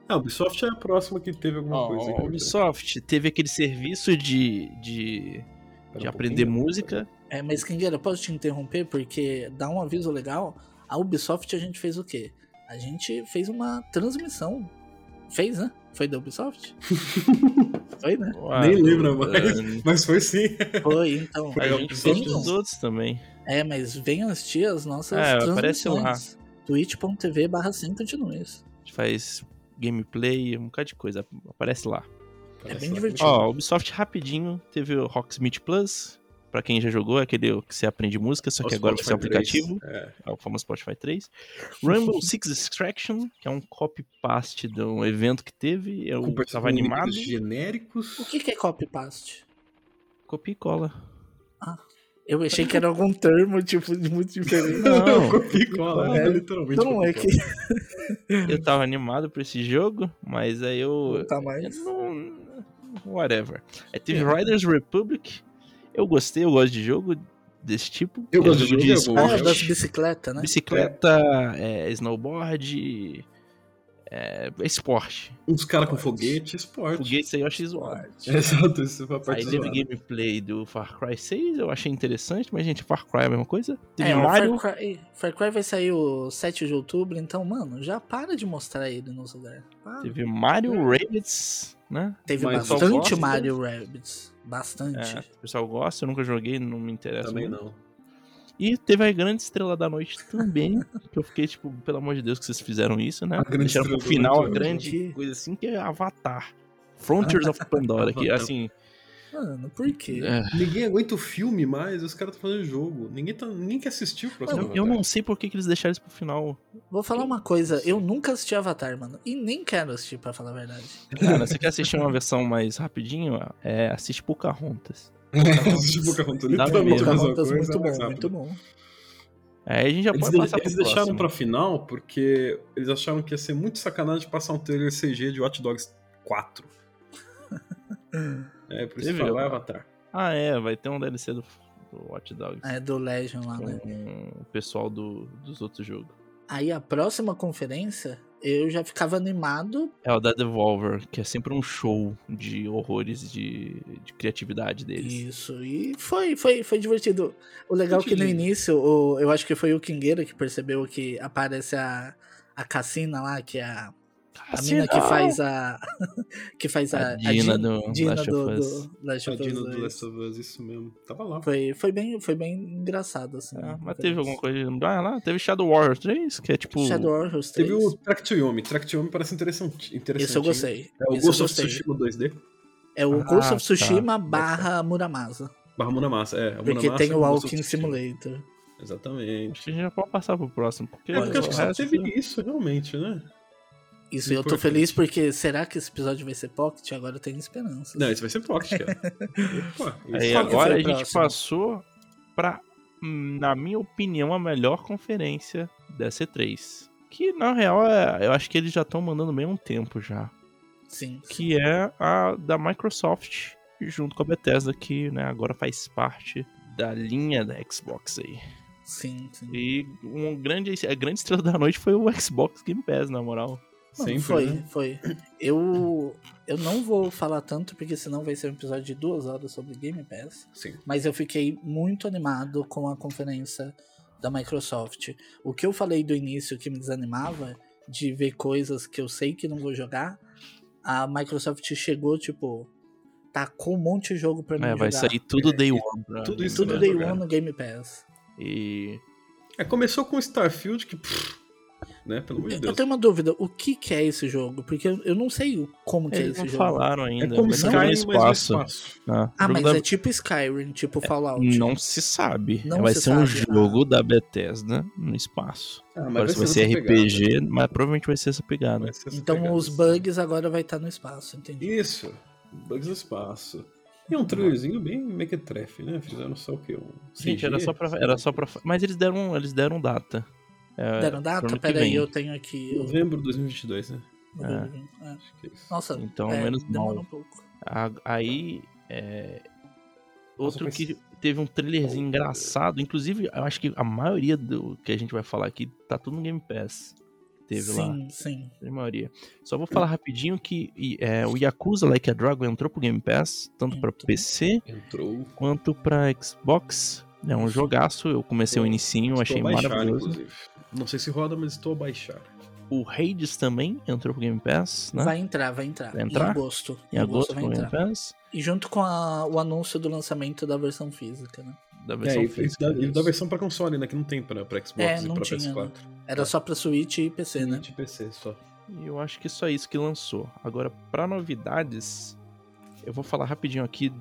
Speaker 2: Ah, a Ubisoft é a próxima que teve alguma
Speaker 1: Ó,
Speaker 2: coisa.
Speaker 1: a Ubisoft teve aquele serviço de, de,
Speaker 2: um
Speaker 3: um
Speaker 1: de aprender música.
Speaker 3: É, mas Kingueira, posso te interromper? Porque dá um aviso legal. A Ubisoft a gente fez o quê? A gente fez uma transmissão. Fez, né? Foi da Ubisoft? Foi, né?
Speaker 1: Ah,
Speaker 2: Nem lembra
Speaker 1: do- [laughs]
Speaker 2: mais.
Speaker 1: ah,
Speaker 2: Mas foi sim.
Speaker 3: Foi, então.
Speaker 2: Foi
Speaker 1: A
Speaker 2: da
Speaker 1: gente
Speaker 2: Ubisoft.
Speaker 1: fez os outros também.
Speaker 3: É, mas venham assistir as nossas
Speaker 1: É, aparece lá.
Speaker 3: transmissões. twitch.tv barra sem continues.
Speaker 1: A gente faz gameplay, um bocado de coisa. Aparece lá.
Speaker 2: Parece
Speaker 3: bem
Speaker 2: lá.
Speaker 3: divertido.
Speaker 1: Ó, Ubisoft rapidinho teve o Rocksmith Plus. Pra quem já jogou, é aquele que você aprende música, só que
Speaker 2: Nossa,
Speaker 1: agora com seu
Speaker 2: Spotify três.
Speaker 1: aplicativo.
Speaker 2: É.
Speaker 1: É o famoso Spotify 3. Rumble Six Extraction, que é um copy-paste de um evento que teve. Eu
Speaker 2: Com
Speaker 1: tava
Speaker 2: personagens
Speaker 1: animado.
Speaker 3: O
Speaker 2: genéricos.
Speaker 3: que, que é copy-paste?
Speaker 1: Copia e
Speaker 2: [laughs]
Speaker 1: cola.
Speaker 3: Eu achei que era algum termo, tipo, de muito
Speaker 1: [laughs]
Speaker 3: diferente.
Speaker 1: Não,
Speaker 2: Copicola, é,
Speaker 3: É,
Speaker 2: literalmente.
Speaker 3: Então não é que
Speaker 2: copia-cola.
Speaker 1: eu tava animado pra esse jogo, mas aí eu.
Speaker 3: não tá
Speaker 1: eu
Speaker 3: mais.
Speaker 1: não- Whatever. Aí teve
Speaker 2: É.
Speaker 1: Riders Republic. Eu gostei, eu gosto de jogo desse tipo.
Speaker 2: Eu
Speaker 1: que é
Speaker 2: gosto de jogo,
Speaker 3: Ah,
Speaker 2: eu gosto.
Speaker 3: é
Speaker 1: esporte.
Speaker 3: das bicicletas, né?
Speaker 1: Bicicleta, é, snowboard, é, esporte.
Speaker 2: Uns caras com foguete, esporte.
Speaker 1: Foguete aí eu achei zoado.
Speaker 2: [laughs] Exato, isso foi a parte
Speaker 1: Aí teve
Speaker 2: zoada.
Speaker 1: gameplay do Far Cry 6, eu achei interessante, mas gente, Far Cry é a mesma coisa. Teve
Speaker 3: É, o
Speaker 1: Mario,
Speaker 3: Far Cry, Far Cry vai sair o 7 de outubro, então, mano, já para de mostrar ele nos lugares. Para.
Speaker 1: teve Mario
Speaker 3: é.
Speaker 1: Rabbids, né?
Speaker 3: Teve
Speaker 2: Mas
Speaker 1: só né?
Speaker 3: bastante
Speaker 1: gosta-
Speaker 3: Mario Rabbids. Bastante.
Speaker 1: É, o pessoal gosta, eu nunca joguei, não me interessa.
Speaker 2: Também
Speaker 1: muito.
Speaker 2: não.
Speaker 1: E teve a Grande Estrela da Noite também, [laughs] que eu fiquei tipo, pelo amor de Deus que vocês fizeram isso, né?
Speaker 2: A Grande
Speaker 1: Deixaram pro
Speaker 2: Estrela né? da
Speaker 1: final a
Speaker 2: Noite,
Speaker 1: grande
Speaker 3: que-
Speaker 1: coisa assim, que é Avatar. Frontiers of Pandora, que
Speaker 2: Avatar.
Speaker 1: assim...
Speaker 3: Mano, por quê?
Speaker 1: é,
Speaker 2: Ninguém aguenta o filme mais, os caras estão fazendo jogo. Ninguém, tá, ninguém quer assistir o próximo.
Speaker 1: eu, eu
Speaker 2: [laughs]
Speaker 1: não sei por que, que eles deixaram isso pro final.
Speaker 3: Vou falar uma coisa, eu nunca assisti Avatar, mano. E nem quero assistir, pra falar a verdade.
Speaker 1: [laughs] Cara, você quer assistir uma versão mais rapidinho? É, assiste Pocahontas.
Speaker 2: Assistir
Speaker 1: Tipo,
Speaker 2: Pocahontas,
Speaker 1: Dá no
Speaker 2: literalmente
Speaker 1: mesmo.
Speaker 2: a mesma
Speaker 3: Pocahontas,
Speaker 2: coisa,
Speaker 3: muito
Speaker 2: é mais
Speaker 3: bom,
Speaker 2: rápido.
Speaker 3: né? muito bom.
Speaker 1: É, Aí a gente já
Speaker 2: Eles,
Speaker 1: pode passar
Speaker 2: eles
Speaker 1: pro
Speaker 2: deixaram
Speaker 1: próximo.
Speaker 2: pra final porque eles acharam que ia ser muito sacanagem passar um trailer CG de Hot Dogs 4. é, por isso
Speaker 1: Teve,
Speaker 2: que falar
Speaker 1: ó.
Speaker 2: Avatar.
Speaker 1: Ah, é, vai ter um DLC do, do Watch Dogs
Speaker 3: É do Legion lá, né?
Speaker 1: com o pessoal do- dos outros jogos.
Speaker 3: Aí a próxima conferência, eu já ficava animado.
Speaker 1: É o da Devolver, que é sempre um show de horrores de, de criatividade deles.
Speaker 3: Isso, e foi, foi, foi divertido. O legal é que no início, o- eu acho que foi o Kingueira que percebeu que aparece a, a Cassina lá, que é a, a
Speaker 2: Assim,
Speaker 3: mina
Speaker 2: ah!
Speaker 3: que faz a. que faz a. [laughs]
Speaker 1: A Dina do
Speaker 3: Dina
Speaker 1: Last
Speaker 3: do,
Speaker 1: of Us.
Speaker 3: do Last of
Speaker 2: Tadinho
Speaker 3: Us
Speaker 2: do
Speaker 3: dois.
Speaker 2: Last of Us, isso mesmo. Tava lá.
Speaker 3: Foi, foi, bem, foi bem engraçado, assim.
Speaker 1: Ah,
Speaker 3: a
Speaker 1: mas teve alguma
Speaker 3: conferência.
Speaker 1: coisa. Ah, lá, teve Shadow Warrior 3, que é tipo.
Speaker 3: Shadow Warriors 3.
Speaker 2: Teve o Track to Yomi. Track to Yomi parece interessante. interessante
Speaker 3: Isso eu gostei.
Speaker 2: É o
Speaker 3: Esse eu
Speaker 2: Ghost of
Speaker 3: gostei.
Speaker 2: Tsushima 2D.
Speaker 3: É o
Speaker 1: Ah,
Speaker 3: Ghost
Speaker 1: tá.
Speaker 3: of Tsushima barra Muramasa.
Speaker 2: Barra Muramasa, é.
Speaker 3: Porque
Speaker 2: Muramasa
Speaker 3: tem
Speaker 2: e
Speaker 3: o
Speaker 2: Ghost of
Speaker 3: Walking
Speaker 2: Tsushima.
Speaker 3: Simulator.
Speaker 2: Exatamente.
Speaker 1: Acho que a gente já pode passar pro próximo. Porque,
Speaker 2: É porque
Speaker 3: eu
Speaker 2: acho que
Speaker 1: o
Speaker 2: só
Speaker 1: resto-
Speaker 2: teve isso realmente, né?
Speaker 3: Isso, eu tô
Speaker 2: Importante.
Speaker 3: feliz porque será que esse episódio vai ser Pocket? Agora eu tenho esperanças.
Speaker 2: Não, isso vai ser
Speaker 3: [laughs]
Speaker 2: Pocket, cara. Pô,
Speaker 1: Aí
Speaker 3: Qual
Speaker 2: isso-
Speaker 3: que foi
Speaker 1: agora
Speaker 3: o
Speaker 1: a gente
Speaker 3: próximo?
Speaker 1: passou pra, hum, na minha opinião, a melhor conferência da C3. Que na real, é- eu acho que eles já estão mandando meio um tempo já.
Speaker 3: Sim. sim.
Speaker 1: Que é a da Microsoft junto com a Bethesda, que né, agora faz parte da linha da Xbox aí.
Speaker 3: Sim, sim.
Speaker 1: E um grande, a grande estrela da noite foi o Xbox Game Pass, na moral.
Speaker 3: Mano,
Speaker 2: Sempre,
Speaker 3: foi,
Speaker 2: né?
Speaker 3: foi. Eu, eu não vou falar tanto, porque senão vai ser um episódio de duas horas sobre Game Pass.
Speaker 2: Sim.
Speaker 3: mas eu fiquei muito animado com a conferência da Microsoft. O que eu falei do início que me desanimava de ver coisas que eu sei que não vou jogar, a Microsoft chegou, tipo, tacou um monte de jogo pra mim
Speaker 1: É, vai
Speaker 3: jogar.
Speaker 1: sair tudo Day One. pra
Speaker 2: tudo
Speaker 1: mim,
Speaker 2: isso
Speaker 3: Tudo
Speaker 1: né,
Speaker 3: Day
Speaker 1: jogar.
Speaker 3: One no Game Pass.
Speaker 1: E
Speaker 2: É, começou com Starfield, que. pff, né, pelo amor de
Speaker 3: Eu
Speaker 2: Deus.
Speaker 3: tenho uma dúvida, o que que é esse jogo? Porque eu eu não sei o- como que é
Speaker 1: eles
Speaker 3: esse
Speaker 1: não
Speaker 3: jogo.
Speaker 1: falaram
Speaker 2: É
Speaker 1: ainda.
Speaker 2: como
Speaker 1: mas
Speaker 2: Skyrim,
Speaker 1: tá no
Speaker 2: mas no
Speaker 1: espaço.
Speaker 2: espaço.
Speaker 1: né?
Speaker 3: Ah,
Speaker 1: Jogo
Speaker 3: mas
Speaker 1: da- É,
Speaker 3: é tipo Skyrim, tipo Fallout.
Speaker 1: Não se sabe.
Speaker 3: Não
Speaker 1: vai
Speaker 3: se
Speaker 1: ser um
Speaker 3: sabe, né?
Speaker 1: jogo da Bethesda no espaço.
Speaker 2: Ah,
Speaker 1: Agora se vai ser
Speaker 2: outra pegada.
Speaker 1: RPG, mas provavelmente vai ser essa pegada.
Speaker 2: Vai ser essa
Speaker 3: Então
Speaker 2: pegada.
Speaker 3: os bugs agora vai estar no espaço, entendi.
Speaker 2: Isso. Bugs no espaço. E é um trailerzinho bem mequetrefe, né? Fizeram só o quê? Um
Speaker 1: Gente,
Speaker 2: CG?
Speaker 1: era só pra. Era só pra mas eles deram, eles deram data. É, pro
Speaker 3: Deram data?
Speaker 1: ano que
Speaker 3: Pera aí,
Speaker 1: vem.
Speaker 3: eu tenho aqui. Eu...
Speaker 2: Novembro de 2022, né?
Speaker 3: É.
Speaker 2: Acho que é isso.
Speaker 3: Nossa,
Speaker 1: Então,
Speaker 3: é,
Speaker 1: menos
Speaker 3: demora
Speaker 1: mal.
Speaker 3: um pouco.
Speaker 1: A- Aí. é,
Speaker 2: Nossa,
Speaker 1: Outro
Speaker 2: mas-
Speaker 1: que teve um trailerzinho engraçado. Inclusive, eu acho que a maioria do que a gente vai falar aqui tá tudo no Game Pass. Teve lá.
Speaker 3: sim, sim.
Speaker 1: A maioria. Só vou falar rapidinho que e, é, o Yakuza Like a Dragon entrou pro Game Pass, tanto pra
Speaker 3: Entrou.
Speaker 1: PC
Speaker 2: Entrou.
Speaker 1: quanto pra Xbox. É um jogaço, eu comecei o
Speaker 2: Estou-
Speaker 1: inicinho,
Speaker 2: Estou
Speaker 1: achei
Speaker 2: a baixar,
Speaker 1: maravilhoso.
Speaker 2: inclusive. Não sei se roda, mas estou a baixar.
Speaker 1: O Hades também entrou pro Game Pass, né?
Speaker 3: Vai entrar, vai entrar.
Speaker 1: Vai entrar?
Speaker 3: Em agosto.
Speaker 1: em agosto
Speaker 3: vai
Speaker 1: pro Game
Speaker 3: entrar.
Speaker 1: Pass.
Speaker 3: E junto com a- o anúncio do lançamento da versão física, né?
Speaker 1: Da
Speaker 2: É,
Speaker 1: versão
Speaker 2: ele, ele
Speaker 1: física
Speaker 2: dá, ele dá
Speaker 1: disso.
Speaker 2: versão pra console, né? Que não tem pra, pra Xbox
Speaker 3: É,
Speaker 2: e
Speaker 3: não
Speaker 2: pra
Speaker 3: tinha,
Speaker 2: PS4.
Speaker 1: É.
Speaker 3: Era só pra Switch e PC, né?
Speaker 2: De PC só.
Speaker 1: E eu acho que é só isso que lançou. Agora, pra novidades, eu vou falar rapidinho aqui.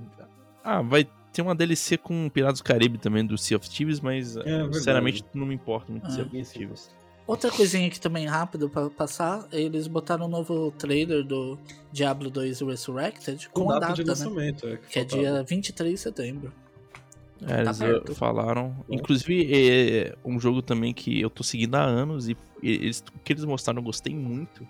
Speaker 1: Ah, vai ter uma DLC com Piratas do Caribe também, do Sea of Thieves, mas
Speaker 2: É verdade.
Speaker 1: sinceramente não me importa muito do Sea
Speaker 3: Ah.
Speaker 1: of Thieves.
Speaker 3: Outra coisinha aqui também é rápido pra passar, eles botaram um novo trailer do Diablo 2 Resurrected com,
Speaker 2: Com
Speaker 3: a
Speaker 2: data,
Speaker 3: data,
Speaker 2: de
Speaker 3: né?
Speaker 2: lançamento, é.
Speaker 3: Que é
Speaker 2: faltava.
Speaker 3: dia 23 de setembro.
Speaker 1: É, eles
Speaker 3: Tá
Speaker 1: eh,
Speaker 3: perto.
Speaker 1: falaram. Inclusive, é um jogo também que eu tô seguindo há anos e e eles, o que eles mostraram eu gostei muito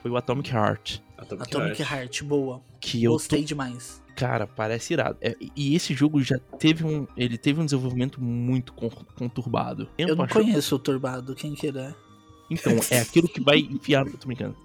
Speaker 1: foi o Atomic Heart.
Speaker 2: Ah, Atomic,
Speaker 3: Atomic
Speaker 2: Heart.
Speaker 3: Heart, boa.
Speaker 1: Que eu tô,
Speaker 3: Gostei demais.
Speaker 1: cara, parece irado. É, e- e esse jogo já teve um. Ele teve um desenvolvimento muito con- conturbado.
Speaker 3: Eu não
Speaker 1: Tempo achou-
Speaker 3: conheço o Turbado, quem que ele é?
Speaker 1: Então, é aquilo que vai enfiar. Tô brincando.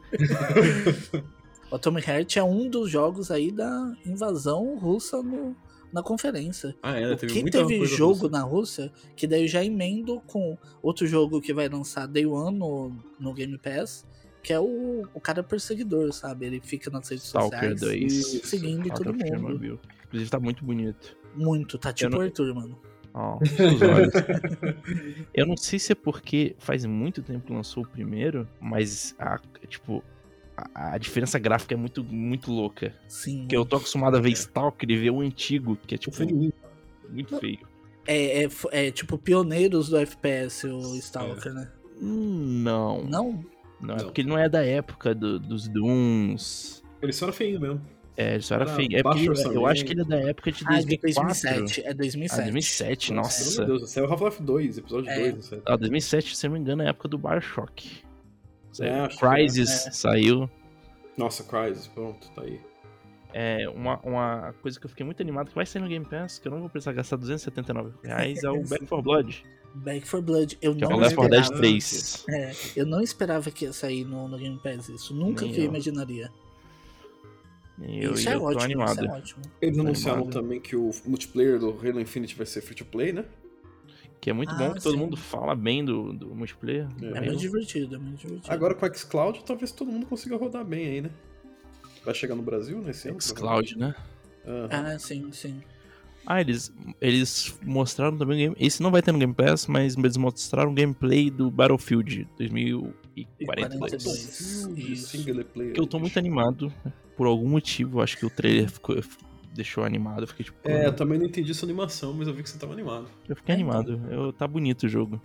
Speaker 3: O Atomic Heart é um dos jogos aí da invasão russa no- na conferência.
Speaker 2: Ah, é,
Speaker 3: O
Speaker 2: teve
Speaker 3: que
Speaker 2: muita
Speaker 3: teve
Speaker 2: coisa
Speaker 3: jogo
Speaker 2: russa.
Speaker 3: na Rússia, que daí eu já emendo com outro jogo que vai lançar Day One no, no Game Pass, que é o, o cara perseguidor, sabe? Ele fica nas redes
Speaker 1: Stalker
Speaker 3: sociais
Speaker 1: 2.
Speaker 3: e seguindo
Speaker 1: Out
Speaker 3: todo
Speaker 1: of
Speaker 3: mundo.
Speaker 1: Chernobyl. é Inclusive, tá muito bonito.
Speaker 3: Muito, tá tipo
Speaker 1: não-
Speaker 3: Arthur, mano.
Speaker 2: [laughs]
Speaker 1: Ó, os olhos. Eu não sei se é porque faz muito tempo que lançou o primeiro, mas a, tipo, a, a diferença gráfica é muito, muito louca.
Speaker 3: Sim.
Speaker 1: Porque eu tô acostumado a ver Stalker e ver o antigo, que é tipo muito feio.
Speaker 3: É, é f- é tipo pioneiros do FPS,
Speaker 1: É.
Speaker 3: o Stalker, né?
Speaker 1: Hum, Não, não,
Speaker 3: Não,
Speaker 1: é
Speaker 2: Não.
Speaker 1: porque ele não é da época do- dos Dooms.
Speaker 2: Ele só era feio mesmo.
Speaker 1: É, ele só era
Speaker 2: Ah,
Speaker 1: feio. É
Speaker 2: baixo
Speaker 1: porque ele- eu
Speaker 2: orçamento.
Speaker 1: acho que ele é da época de
Speaker 3: ah, é de
Speaker 1: 2004.
Speaker 3: 2007. É 2007.
Speaker 1: Ah, 2007,
Speaker 2: Meu
Speaker 1: nossa.
Speaker 2: Deus, saiu Half-Life 2, episódio
Speaker 3: É.
Speaker 2: 2, não sei.
Speaker 1: Ah, 2007, se eu não me engano, é a época do Bioshock.
Speaker 2: É,
Speaker 1: Saiu.
Speaker 2: acho que é.
Speaker 1: Crysis saiu.
Speaker 2: Nossa, Crysis, pronto, tá aí.
Speaker 1: É, uma, uma coisa que eu fiquei muito animado que vai sair no Game Pass, que eu não vou precisar gastar 279 reais, é o Back 4 Blood,
Speaker 3: Back 4 Blood. Eu
Speaker 1: que é
Speaker 3: não
Speaker 1: o Left 4 Dead
Speaker 3: esperava.
Speaker 2: esperava.
Speaker 1: 3.
Speaker 3: É, eu não esperava que ia sair no, no Game Pass isso. Nunca
Speaker 1: Nem
Speaker 3: que eu
Speaker 1: eu.
Speaker 3: imaginaria.
Speaker 1: E eu,
Speaker 3: isso
Speaker 1: e
Speaker 3: é
Speaker 1: eu tô
Speaker 3: ótimo,
Speaker 1: animado.
Speaker 3: isso é ótimo.
Speaker 2: Eles
Speaker 1: Tá
Speaker 2: anunciaram
Speaker 1: animado.
Speaker 2: também que o multiplayer do Halo Infinite vai ser free to play, né?
Speaker 1: Que é muito
Speaker 3: Ah,
Speaker 1: bom que todo
Speaker 3: sim.
Speaker 1: mundo fala bem do, do multiplayer.
Speaker 2: É.
Speaker 1: do
Speaker 3: É
Speaker 1: Halo.
Speaker 3: muito divertido, é muito divertido.
Speaker 2: Agora com o xCloud, talvez todo mundo consiga rodar bem aí, né? Vai chegar no Brasil nesse ano?
Speaker 1: Xcloud, né?
Speaker 2: provavelmente? Aham.
Speaker 3: Ah, sim, sim.
Speaker 1: Ah, eles, eles mostraram também o game. Esse não vai ter no Game Pass, mas eles mostraram o gameplay do Battlefield 2042.
Speaker 3: 42.
Speaker 2: Battlefield
Speaker 3: Isso.
Speaker 2: single player.
Speaker 1: Que eu tô muito animado, por algum motivo. Acho que o trailer ficou, deixou animado. Eu fiquei tipo.
Speaker 2: É, eu também não entendi essa animação, mas eu vi que você tava animado.
Speaker 1: Eu
Speaker 3: É,
Speaker 1: fiquei
Speaker 3: então.
Speaker 1: animado. Eu, tá bonito o jogo.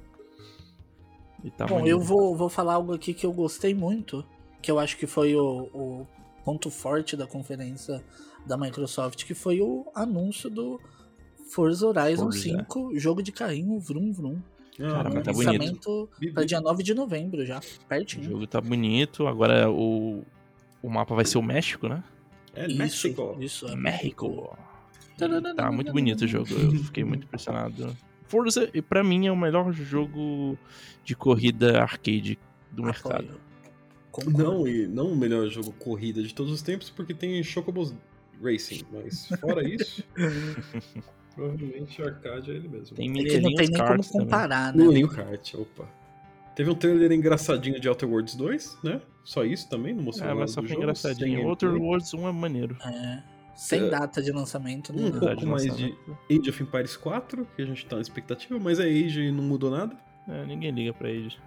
Speaker 1: E tá
Speaker 3: Bom,
Speaker 1: maneiro.
Speaker 3: eu vou, vou falar algo aqui que eu gostei muito, que eu acho que foi o, o ponto forte da conferência da Microsoft, que foi o anúncio do Forza Horizon
Speaker 1: Forza.
Speaker 3: 5, jogo de carrinho, vrum vrum.
Speaker 1: Cara, mas tá bonito.
Speaker 3: lançamento
Speaker 2: é
Speaker 3: pra dia 9 de novembro já,
Speaker 1: O
Speaker 3: pertinho.
Speaker 1: jogo tá bonito. Agora o, o mapa vai ser o México, né?
Speaker 2: É,
Speaker 3: Isso,
Speaker 2: México.
Speaker 3: isso. é.
Speaker 1: México. E Tá muito bonito o jogo. Eu fiquei muito impressionado. Forza, e pra mim, é o melhor jogo de corrida arcade
Speaker 3: Ah,
Speaker 1: do mercado.
Speaker 3: Apoio. Concordo.
Speaker 2: Não, e não o melhor jogo corrida de todos os tempos, porque tem Chocobos Racing, mas
Speaker 1: [laughs]
Speaker 2: fora isso, provavelmente o arcade é ele mesmo.
Speaker 1: Tem
Speaker 3: É que não tem
Speaker 1: mineirinhos
Speaker 3: nem
Speaker 1: cartas
Speaker 3: como
Speaker 1: também.
Speaker 3: comparar, né?
Speaker 2: No Link Kart, opa. Teve um trailer engraçadinho de Outer Worlds 2, né? Só isso também, não mostrou
Speaker 1: É,
Speaker 2: nada
Speaker 1: mas só
Speaker 2: do
Speaker 1: foi
Speaker 2: jogo,
Speaker 1: engraçadinho.
Speaker 2: sem
Speaker 1: Outer
Speaker 2: gameplay.
Speaker 1: Worlds 1 é maneiro.
Speaker 3: É, sem
Speaker 2: É.
Speaker 3: data de lançamento, né?
Speaker 2: Um
Speaker 1: Na
Speaker 2: pouco
Speaker 1: verdade,
Speaker 2: mais
Speaker 1: lançado.
Speaker 2: Age of Empires 4, que a gente tá na expectativa, mas é Age e não mudou nada.
Speaker 1: É, ninguém liga pra
Speaker 3: [laughs]
Speaker 1: eles.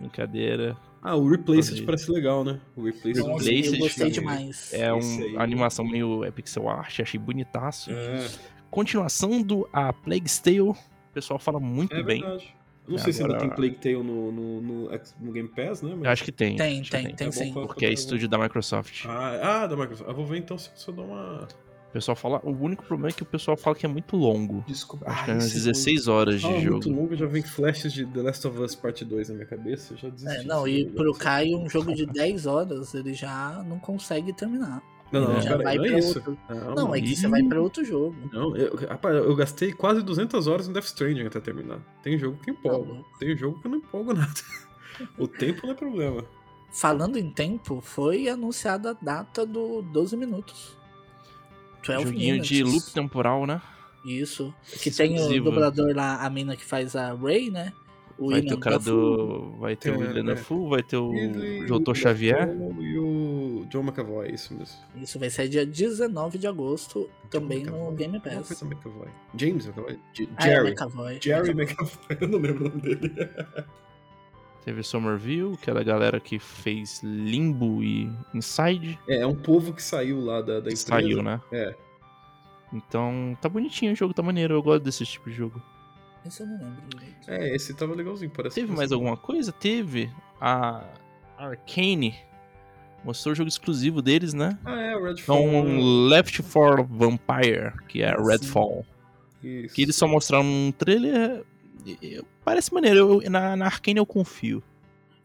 Speaker 1: Brincadeira.
Speaker 2: Ah, o Replaced
Speaker 1: Sim.
Speaker 2: parece legal, né? O Replaced.
Speaker 3: Nossa,
Speaker 1: Blaze
Speaker 3: Então, assim, eu gostei
Speaker 1: Blade.
Speaker 3: demais.
Speaker 1: É
Speaker 2: Esse aí.
Speaker 1: uma animação meio é pixel art, achei bonitaço.
Speaker 2: É,
Speaker 1: Continuação do A Plague's Tale. O pessoal fala muito
Speaker 2: é
Speaker 1: bem.
Speaker 2: verdade. Eu não
Speaker 1: É,
Speaker 2: sei se ainda
Speaker 1: agora-
Speaker 2: tem Plague Tale no, no, no, X- no Game Pass, né? Mas...
Speaker 1: Eu acho que tem.
Speaker 3: Tem,
Speaker 1: acho que
Speaker 3: tem, tem
Speaker 2: É bom
Speaker 3: sim.
Speaker 2: pra-
Speaker 1: Porque é estúdio da Microsoft.
Speaker 2: Ah, ah, da Microsoft. Eu vou ver então se se eu dou uma.
Speaker 1: O pessoal fala. O único problema é que o pessoal fala que é muito longo.
Speaker 2: Desculpa.
Speaker 1: Acho que
Speaker 2: Ah,
Speaker 1: é umas
Speaker 2: esse
Speaker 1: 16 horas de
Speaker 2: Ah,
Speaker 1: jogo.
Speaker 2: muito longo, já vem flashes de The Last of Us Parte 2 na minha cabeça, eu já desisti.
Speaker 3: É, não,
Speaker 2: desse
Speaker 3: e
Speaker 2: jogo.
Speaker 3: pro Caio, um jogo de 10 horas, ele já não consegue terminar.
Speaker 2: Não, não,
Speaker 1: Ele
Speaker 3: já
Speaker 2: cara,
Speaker 3: né, vai
Speaker 2: não é
Speaker 3: pra
Speaker 2: isso.
Speaker 3: outro.
Speaker 2: Não,
Speaker 3: Não, é que você
Speaker 2: e-
Speaker 3: vai pra outro jogo.
Speaker 2: Não, eu, rapaz, eu gastei quase 200 horas no Death Stranding até terminar. Tem jogo que empolga,
Speaker 3: Tá
Speaker 2: tem jogo que eu não empolgo [laughs] nada. O tempo não é problema.
Speaker 3: Falando em tempo, foi anunciada a data do 12 minutos.
Speaker 2: É
Speaker 3: 12
Speaker 2: né?
Speaker 1: Joguinho de
Speaker 3: minutes.
Speaker 1: loop temporal, né?
Speaker 3: Isso. Que tem o
Speaker 1: exclusivo.
Speaker 3: dublador lá, a mina que faz a Ray, né? O
Speaker 1: Vai ter
Speaker 3: Ilan
Speaker 1: o cara
Speaker 3: Duffy.
Speaker 1: do. Vai ter o
Speaker 2: É,
Speaker 1: Helena
Speaker 2: é.
Speaker 1: Fu, vai ter o
Speaker 2: Ridley,
Speaker 1: Doutor
Speaker 2: o
Speaker 1: Xavier.
Speaker 2: Paul E o John McAvoy, é isso mesmo.
Speaker 3: Isso vai sair dia 19 de agosto, também
Speaker 2: é John
Speaker 3: no
Speaker 2: McAvoy.
Speaker 3: Game
Speaker 2: Alguma
Speaker 3: Pass.
Speaker 2: coisa McAvoy. James McAvoy? J-
Speaker 3: Ah, é,
Speaker 2: Jerry.
Speaker 3: McAvoy.
Speaker 2: Jerry McAvoy, [laughs] eu não lembro o nome dele.
Speaker 1: Teve Somerville, que era a galera que fez Limbo e Inside.
Speaker 2: É, é um povo que saiu lá da, da empresa.
Speaker 1: Saiu, né?
Speaker 2: É.
Speaker 1: Então, tá bonitinho o jogo, tá maneiro. Eu gosto desse tipo de jogo.
Speaker 3: Esse eu não lembro direito.
Speaker 2: É, esse tava legalzinho, parece.
Speaker 1: Teve
Speaker 2: que
Speaker 1: mais alguma coisa? Teve. A Arcane mostrou o jogo exclusivo deles, né?
Speaker 2: Ah, é, o Redfall.
Speaker 1: Então, um Left 4 Vampire, que é
Speaker 3: Sim.
Speaker 1: Redfall.
Speaker 2: Isso.
Speaker 1: Que eles só mostraram um trailer. e- e- Parece maneiro. Eu, na, na Arcane eu confio.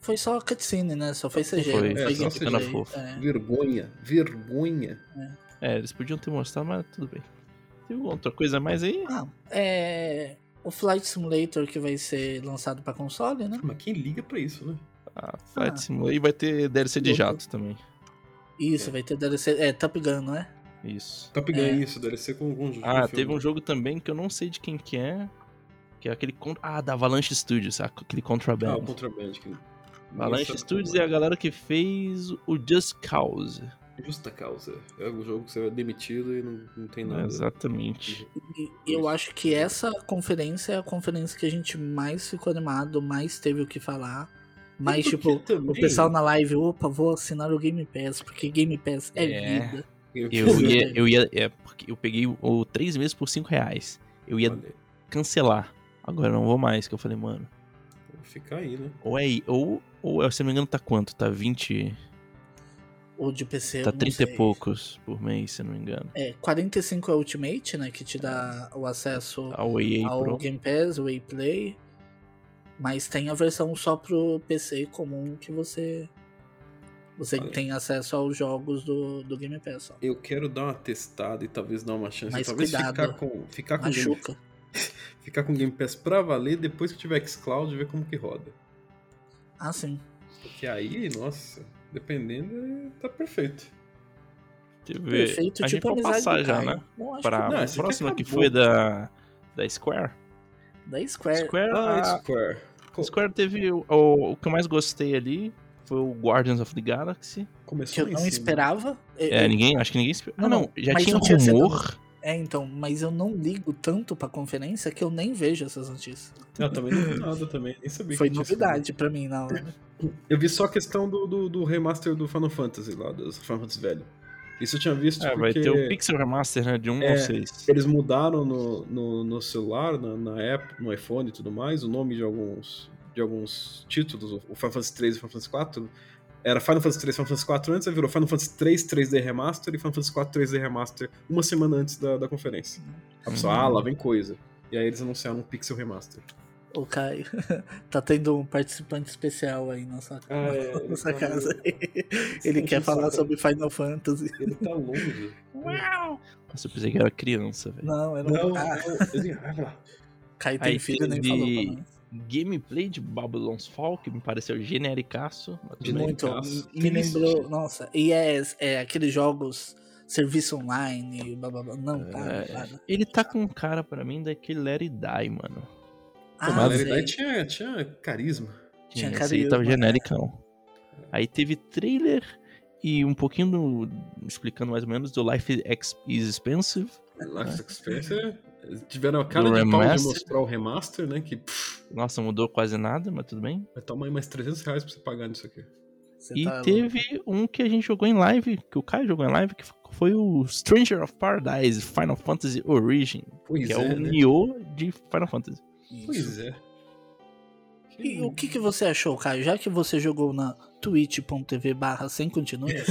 Speaker 3: Foi só cutscene, né? Só foi CG.
Speaker 1: Foi,
Speaker 3: não
Speaker 2: é,
Speaker 3: foi
Speaker 2: só
Speaker 3: gameplay.
Speaker 1: cena fofa.
Speaker 3: É.
Speaker 2: Vergonha, vergonha.
Speaker 1: É, eles podiam ter mostrado, mas tudo bem. Teve outra coisa a mais aí?
Speaker 3: Ah, é. O Flight Simulator que vai ser lançado pra console, né?
Speaker 2: Mas quem liga pra isso, né?
Speaker 1: Ah,
Speaker 3: Ah.
Speaker 1: Flight Simulator. E vai ter DLC de
Speaker 3: Louco.
Speaker 1: jato também.
Speaker 3: Isso, vai ter DLC. É, Top Gun, não é?
Speaker 1: Isso.
Speaker 2: Top Gun,
Speaker 3: É.
Speaker 2: isso, DLC com algum jogo.
Speaker 1: Ah, teve um jogo também que eu não sei de quem que é. Que é aquele. con- Ah, da Avalanche Studios, ah, aquele
Speaker 2: Ah,
Speaker 1: Contraband.
Speaker 2: o Contraband. Que...
Speaker 1: Avalanche Studios é a galera que fez o Just Cause.
Speaker 2: Justa causa. É um jogo que você é demitido e não, não tem
Speaker 1: né?
Speaker 2: nada.
Speaker 1: Exatamente.
Speaker 3: E eu acho que essa conferência é a conferência que a gente mais ficou animado, mais teve o que falar. Mais,
Speaker 2: Porque
Speaker 3: tipo,
Speaker 2: também-
Speaker 3: o pessoal na live, opa, vou assinar o Game Pass, porque Game Pass é,
Speaker 1: É.
Speaker 3: vida.
Speaker 1: Eu ia. Eu, ia é, porque eu peguei o- o 3 meses por 5 reais. Eu ia
Speaker 2: Olha,
Speaker 1: cancelar. Agora eu não vou mais, que eu falei, mano.
Speaker 2: vou ficar aí, né?
Speaker 1: Ou é. Ou, ou se eu não me engano, tá quanto? Tá 20.
Speaker 3: Ou de PC. eu
Speaker 1: Tá
Speaker 3: não
Speaker 1: 30
Speaker 3: sei.
Speaker 1: e poucos por mês, se eu não me engano.
Speaker 3: É, 45 é Ultimate, né? Que te dá o acesso
Speaker 1: A EA
Speaker 3: ao
Speaker 1: Tá. Pro.
Speaker 3: Game Pass, o Play. Mas tem a versão só pro PC comum que você. Você
Speaker 2: Olha.
Speaker 3: tem acesso aos jogos do, do Game Pass. Ó.
Speaker 2: Eu quero dar uma testada e talvez dar uma chance.
Speaker 3: Mas
Speaker 2: talvez
Speaker 3: cuidado.
Speaker 2: ficar com,
Speaker 1: Tá
Speaker 2: ficar, com Game,
Speaker 3: Machuca.
Speaker 2: ficar com Game Pass pra valer depois que tiver Xcloud e ver como que roda.
Speaker 3: Ah, sim.
Speaker 2: Porque aí, nossa, dependendo, tá perfeito.
Speaker 1: Teve...
Speaker 3: Perfeito,
Speaker 1: a gente
Speaker 3: tipo
Speaker 1: pode
Speaker 3: amizade
Speaker 1: passar
Speaker 3: do
Speaker 1: já,
Speaker 3: Caio.
Speaker 1: né?
Speaker 3: Eu acho
Speaker 1: Pra
Speaker 2: Não,
Speaker 1: a
Speaker 2: esse aqui
Speaker 1: próxima que
Speaker 2: acabou.
Speaker 1: foi da, da Square.
Speaker 3: que da Square.
Speaker 1: Square,
Speaker 2: Ah,
Speaker 1: a-
Speaker 2: Square. Co-
Speaker 1: Square teve o, o, o que eu mais gostei ali foi o Guardians of the Galaxy.
Speaker 2: Começou
Speaker 3: Que eu
Speaker 2: lá em
Speaker 3: não
Speaker 2: cima.
Speaker 3: esperava. Eu-
Speaker 1: né? É,
Speaker 3: eu-
Speaker 1: ninguém, acho que ninguém esperou. Ah,
Speaker 3: Não,
Speaker 1: não, já
Speaker 3: mas
Speaker 1: tinha
Speaker 3: não tinha sido-
Speaker 1: rumor.
Speaker 3: é, então, mas eu não ligo tanto pra conferência que eu nem vejo essas notícias.
Speaker 2: Eu também não vi nada também, nem sabia
Speaker 3: Foi
Speaker 2: que
Speaker 1: né?
Speaker 2: tinha
Speaker 3: novidade pra mim na hora.
Speaker 2: saído. Eu vi só a questão do, do, do remaster do Final Fantasy lá, do Final Fantasy velho. Isso eu tinha visto
Speaker 1: É,
Speaker 2: porque
Speaker 1: vai ter o Pixel Remaster, né, de 1
Speaker 2: É.
Speaker 1: ao 6.
Speaker 2: eles mudaram no, no, no celular, na, na Apple, no iPhone e tudo mais, o nome de alguns, de alguns títulos, o Final Fantasy 3 e o Final Fantasy 4. Era Final Fantasy 3 Final Fantasy 4 antes, aí virou Final Fantasy 3 3D Remaster e Final Fantasy 4 3D Remaster uma semana antes da, da conferência. A pessoa,
Speaker 1: Uhum.
Speaker 2: ah, lá vem coisa. E aí eles anunciaram um Pixel Remaster.
Speaker 3: Ô, Caio, [laughs] tá tendo um participante especial aí na sua,
Speaker 2: Ah,
Speaker 3: [laughs]
Speaker 2: é, ele
Speaker 3: na sua
Speaker 2: tá [laughs]
Speaker 3: casa.
Speaker 2: meio-
Speaker 3: Ele
Speaker 2: Sim,
Speaker 3: quer
Speaker 2: sim,
Speaker 3: falar
Speaker 2: saca.
Speaker 3: sobre Final Fantasy.
Speaker 2: Ele tá longe.
Speaker 1: Nossa, eu pensei que era criança, velho.
Speaker 3: Não, eu
Speaker 2: Não,
Speaker 3: não.
Speaker 2: não,
Speaker 3: Ah,
Speaker 2: ele vai lá.
Speaker 3: Caio tem
Speaker 1: Aí
Speaker 3: filho, nem
Speaker 1: teve-
Speaker 3: falou pra nós.
Speaker 1: Gameplay de Babylon's Fall, que me pareceu genericaço. mas tudo bem.
Speaker 3: Muito.
Speaker 2: Genericaço.
Speaker 3: Me
Speaker 2: Triste.
Speaker 3: lembrou. Nossa, e é, é aqueles jogos, serviço online, e blá blá blá. Não, para,
Speaker 1: É.
Speaker 3: para.
Speaker 1: Ele tá com um cara pra mim daquele Let It Die, mano.
Speaker 3: Ah,
Speaker 2: Pô, mas na
Speaker 3: sei.
Speaker 2: verdade tinha, tinha carisma.
Speaker 3: Tinha
Speaker 1: Esse aí
Speaker 3: carisma,
Speaker 1: tava
Speaker 3: né?
Speaker 1: genericão. Aí teve trailer e um pouquinho do, explicando mais ou menos do Life Ex- is Expensive.
Speaker 2: Last Expense é, tiveram a cara
Speaker 1: É. Do
Speaker 2: de pau de
Speaker 1: remaster.
Speaker 2: mostrar o remaster, né? Que pff,
Speaker 1: Nossa, mudou quase nada, mas tudo bem.
Speaker 2: vai tomar aí mais 300 reais pra você pagar nisso aqui.
Speaker 3: Você
Speaker 1: E
Speaker 3: tá
Speaker 1: teve um que a gente jogou em live, que o Caio jogou em live, que foi o Stranger of Paradise Final Fantasy Origin,
Speaker 2: Pois
Speaker 1: que é,
Speaker 2: é,
Speaker 1: o
Speaker 2: né?
Speaker 1: Nioh de Final Fantasy.
Speaker 3: Isso.
Speaker 2: Pois é.
Speaker 3: E o que, que você achou, Caio? Já que você jogou na [laughs] twitch.tv barra sem continuas,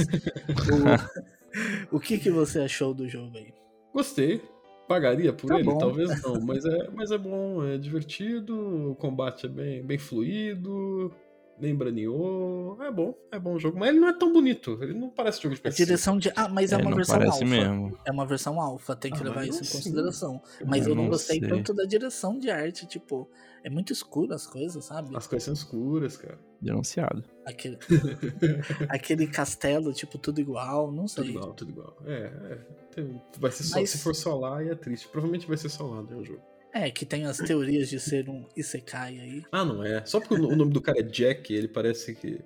Speaker 3: o, o que, que você achou do jogo aí?
Speaker 2: Gostei. Pagaria por
Speaker 3: Tá
Speaker 2: ele?
Speaker 3: bom.
Speaker 2: Talvez
Speaker 3: [laughs]
Speaker 2: não, mas é, mas é bom, é divertido, o combate é bem, bem fluido, lembra Nioh, é bom, é bom o jogo, mas ele não é tão bonito, ele não parece jogo de
Speaker 3: A
Speaker 2: PC.
Speaker 3: direção de. Ah, mas é,
Speaker 1: É,
Speaker 3: uma
Speaker 1: não
Speaker 3: versão
Speaker 1: parece
Speaker 3: alfa.
Speaker 1: mesmo.
Speaker 3: É uma versão alfa, tem que
Speaker 2: Ah,
Speaker 3: levar
Speaker 2: mas
Speaker 3: isso em
Speaker 2: não sei.
Speaker 3: consideração. Mas
Speaker 1: Eu
Speaker 3: eu, não
Speaker 1: não
Speaker 3: gostei
Speaker 1: sei.
Speaker 3: tanto da direção de arte, tipo, é muito escuro as coisas, sabe?
Speaker 2: As coisas são escuras, cara.
Speaker 1: Denunciado.
Speaker 3: Aquele, [laughs] aquele castelo, tipo, tudo igual, não
Speaker 2: Tudo
Speaker 3: sei.
Speaker 2: igual, tudo igual. É, é. Tem- vai ser só,
Speaker 3: Mas-
Speaker 2: Se for solar, é triste. Provavelmente vai ser solar, né, o jogo.
Speaker 3: É, que tem as teorias de ser um Isekai aí.
Speaker 2: Ah, não é. Só porque o o nome do cara é Jack, ele parece que.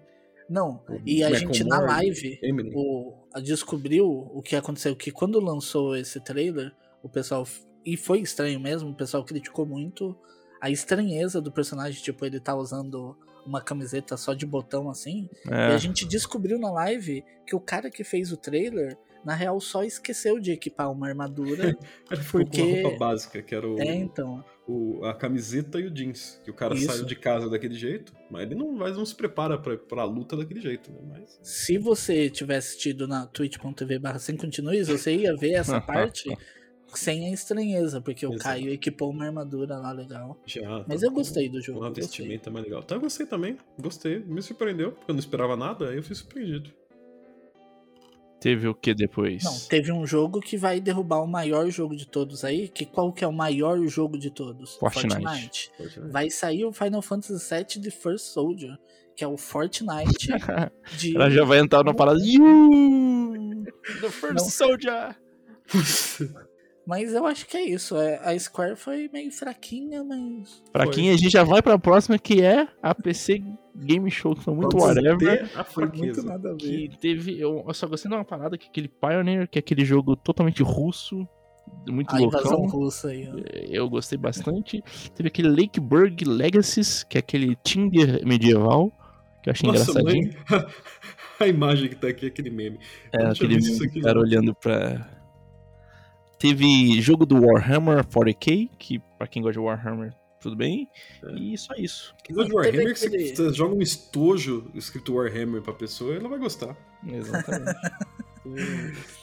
Speaker 3: Não,
Speaker 2: O
Speaker 3: e a
Speaker 2: Michael
Speaker 3: gente na
Speaker 2: Moore,
Speaker 3: live
Speaker 2: Eminem.
Speaker 3: o, a- descobriu o que aconteceu, que quando lançou esse trailer, o pessoal. f- E foi estranho mesmo, o pessoal criticou muito a estranheza do personagem, tipo, ele tá usando uma camiseta só de botão assim. E a
Speaker 1: É,
Speaker 3: gente descobriu na live que o cara que fez o trailer, na real, só esqueceu de equipar
Speaker 1: [laughs]
Speaker 3: uma armadura.
Speaker 2: Ele ficou com
Speaker 3: porque-
Speaker 2: uma roupa básica, que era o,
Speaker 3: é, então.
Speaker 2: o- a camiseta e o jeans. Que o cara
Speaker 3: Isso.
Speaker 2: saiu de casa daquele jeito, mas ele não, mas não se prepara pra, pra luta daquele jeito, né? Mas.
Speaker 3: Se você tivesse tido na twitch.tv barra sem continues, você ia ver
Speaker 1: [laughs]
Speaker 3: essa parte sem a estranheza, porque o
Speaker 2: Exato.
Speaker 3: Caio equipou uma armadura lá legal.
Speaker 2: Já.
Speaker 3: Mas
Speaker 2: tá
Speaker 3: eu
Speaker 2: com-
Speaker 3: gostei do jogo.
Speaker 2: Uma
Speaker 3: gostei.
Speaker 2: vestimenta mais legal. Então eu gostei também. Gostei. Me surpreendeu, porque eu não esperava nada, aí eu fui surpreendido.
Speaker 1: teve o que depois?
Speaker 3: Não, teve um jogo que vai derrubar o maior jogo de todos aí, que qual que é o maior jogo de todos?
Speaker 1: Fortnite.
Speaker 2: Pode, né?
Speaker 3: Vai sair o Final Fantasy VII The First Soldier, que é
Speaker 1: [laughs]
Speaker 3: o Fortnite de...
Speaker 1: Ela já vai entrar na parada. You! The first
Speaker 3: Não.
Speaker 1: soldier!
Speaker 3: Mas eu acho que é isso. é- A Square foi meio fraquinha, mas.
Speaker 1: Pra
Speaker 2: Foi.
Speaker 1: quem a gente já vai pra próxima, que é a PC Game Show, que foi muito
Speaker 2: Vamos
Speaker 1: whatever.
Speaker 2: ter a
Speaker 3: Foi muito
Speaker 2: fraqueza.
Speaker 3: nada a ver.
Speaker 1: Que teve. Eu, eu só gostei de uma parada que aquele Pioneer, que é aquele jogo totalmente russo, muito
Speaker 3: A Ah, invasão
Speaker 1: loucão.
Speaker 3: russa aí. ó.
Speaker 1: Eu gostei bastante. Teve aquele Lakeburg Legacies, que é aquele Tinder medieval, que eu achei
Speaker 2: Nossa,
Speaker 1: engraçadinho.
Speaker 2: mãe. [laughs] a imagem que tá aqui, aquele meme.
Speaker 1: É,
Speaker 2: Eu não tinha
Speaker 1: aquele
Speaker 2: visto isso aqui, né?
Speaker 1: cara
Speaker 2: não.
Speaker 1: olhando pra. Teve jogo do Warhammer 40k, que pra quem gosta de Warhammer, tudo bem.
Speaker 2: É.
Speaker 1: E só isso.
Speaker 2: Quem gosta de
Speaker 3: Não, teve
Speaker 2: Warhammer, que
Speaker 3: aquele-
Speaker 2: você, você joga um estojo escrito Warhammer pra pessoa, ela vai gostar.
Speaker 1: [laughs] Exatamente.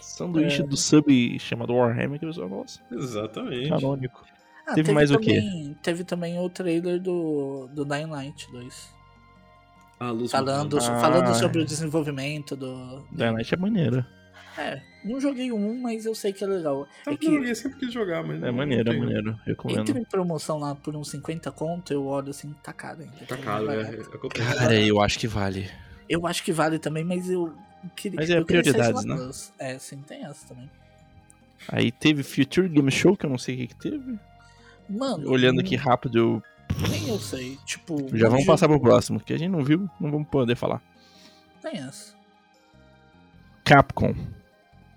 Speaker 1: Sanduíche
Speaker 2: É.
Speaker 1: do sub chamado Warhammer que o pessoal gosta.
Speaker 2: Exatamente.
Speaker 1: Tá Canônico.
Speaker 3: Ah,
Speaker 1: Teve mais o quê?
Speaker 3: também, Teve também o trailer do, do Dying Light 2.
Speaker 2: Ah, luz
Speaker 3: Falando,
Speaker 1: Ah,
Speaker 3: falando
Speaker 1: é.
Speaker 3: sobre o desenvolvimento do.
Speaker 1: Dying Light é maneiro.
Speaker 3: É, não joguei o um, mas eu sei que é legal.
Speaker 2: Ah, Eu
Speaker 3: É que
Speaker 2: joguei, sempre quis jogar, mas
Speaker 1: É
Speaker 2: não-
Speaker 1: maneiro, é
Speaker 2: não tem.
Speaker 1: maneiro.
Speaker 3: entra
Speaker 1: Recomendo.
Speaker 3: em promoção lá por uns 50 conto, eu olho assim, tá caro ainda.
Speaker 2: Tá caro, é.
Speaker 3: barato.
Speaker 2: é o que eu tô-
Speaker 1: Cara, eu acho que vale.
Speaker 3: Eu acho que vale também, mas eu queria.
Speaker 1: Mas é
Speaker 3: eu queria
Speaker 1: prioridades,
Speaker 3: Sete
Speaker 1: né?
Speaker 3: Lagoas. É, sim, tem essa também.
Speaker 1: Aí teve Future Game Show, que eu não sei o que, que teve.
Speaker 3: Mano.
Speaker 1: Olhando aqui rápido,
Speaker 3: Nem eu sei. Tipo.
Speaker 1: eu... já vamos
Speaker 3: hoje-
Speaker 1: passar pro próximo, que a gente não viu, não vamos poder falar.
Speaker 3: Tem essa.
Speaker 1: Capcom.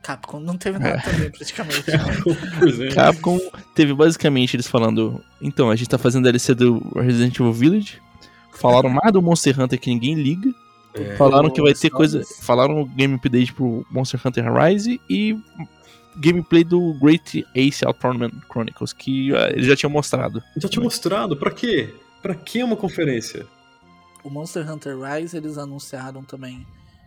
Speaker 3: Capcom não teve nada também, praticamente.
Speaker 2: Pois é.
Speaker 1: Capcom teve basicamente eles falando: então, a gente tá fazendo DLC do Resident Evil Village. Falaram mais do Monster Hunter que ninguém liga.
Speaker 2: É.
Speaker 1: Falaram que vai
Speaker 3: Nossa.
Speaker 1: ter coisa. Falaram game update pro Monster Hunter Rise e gameplay do Great Ace Out Tournament Chronicles, que ah, eles já tinham mostrado.
Speaker 2: Já tinha mostrado, pra quê? Pra que uma conferência?
Speaker 3: o Monster Hunter Rise, eles anunciaram também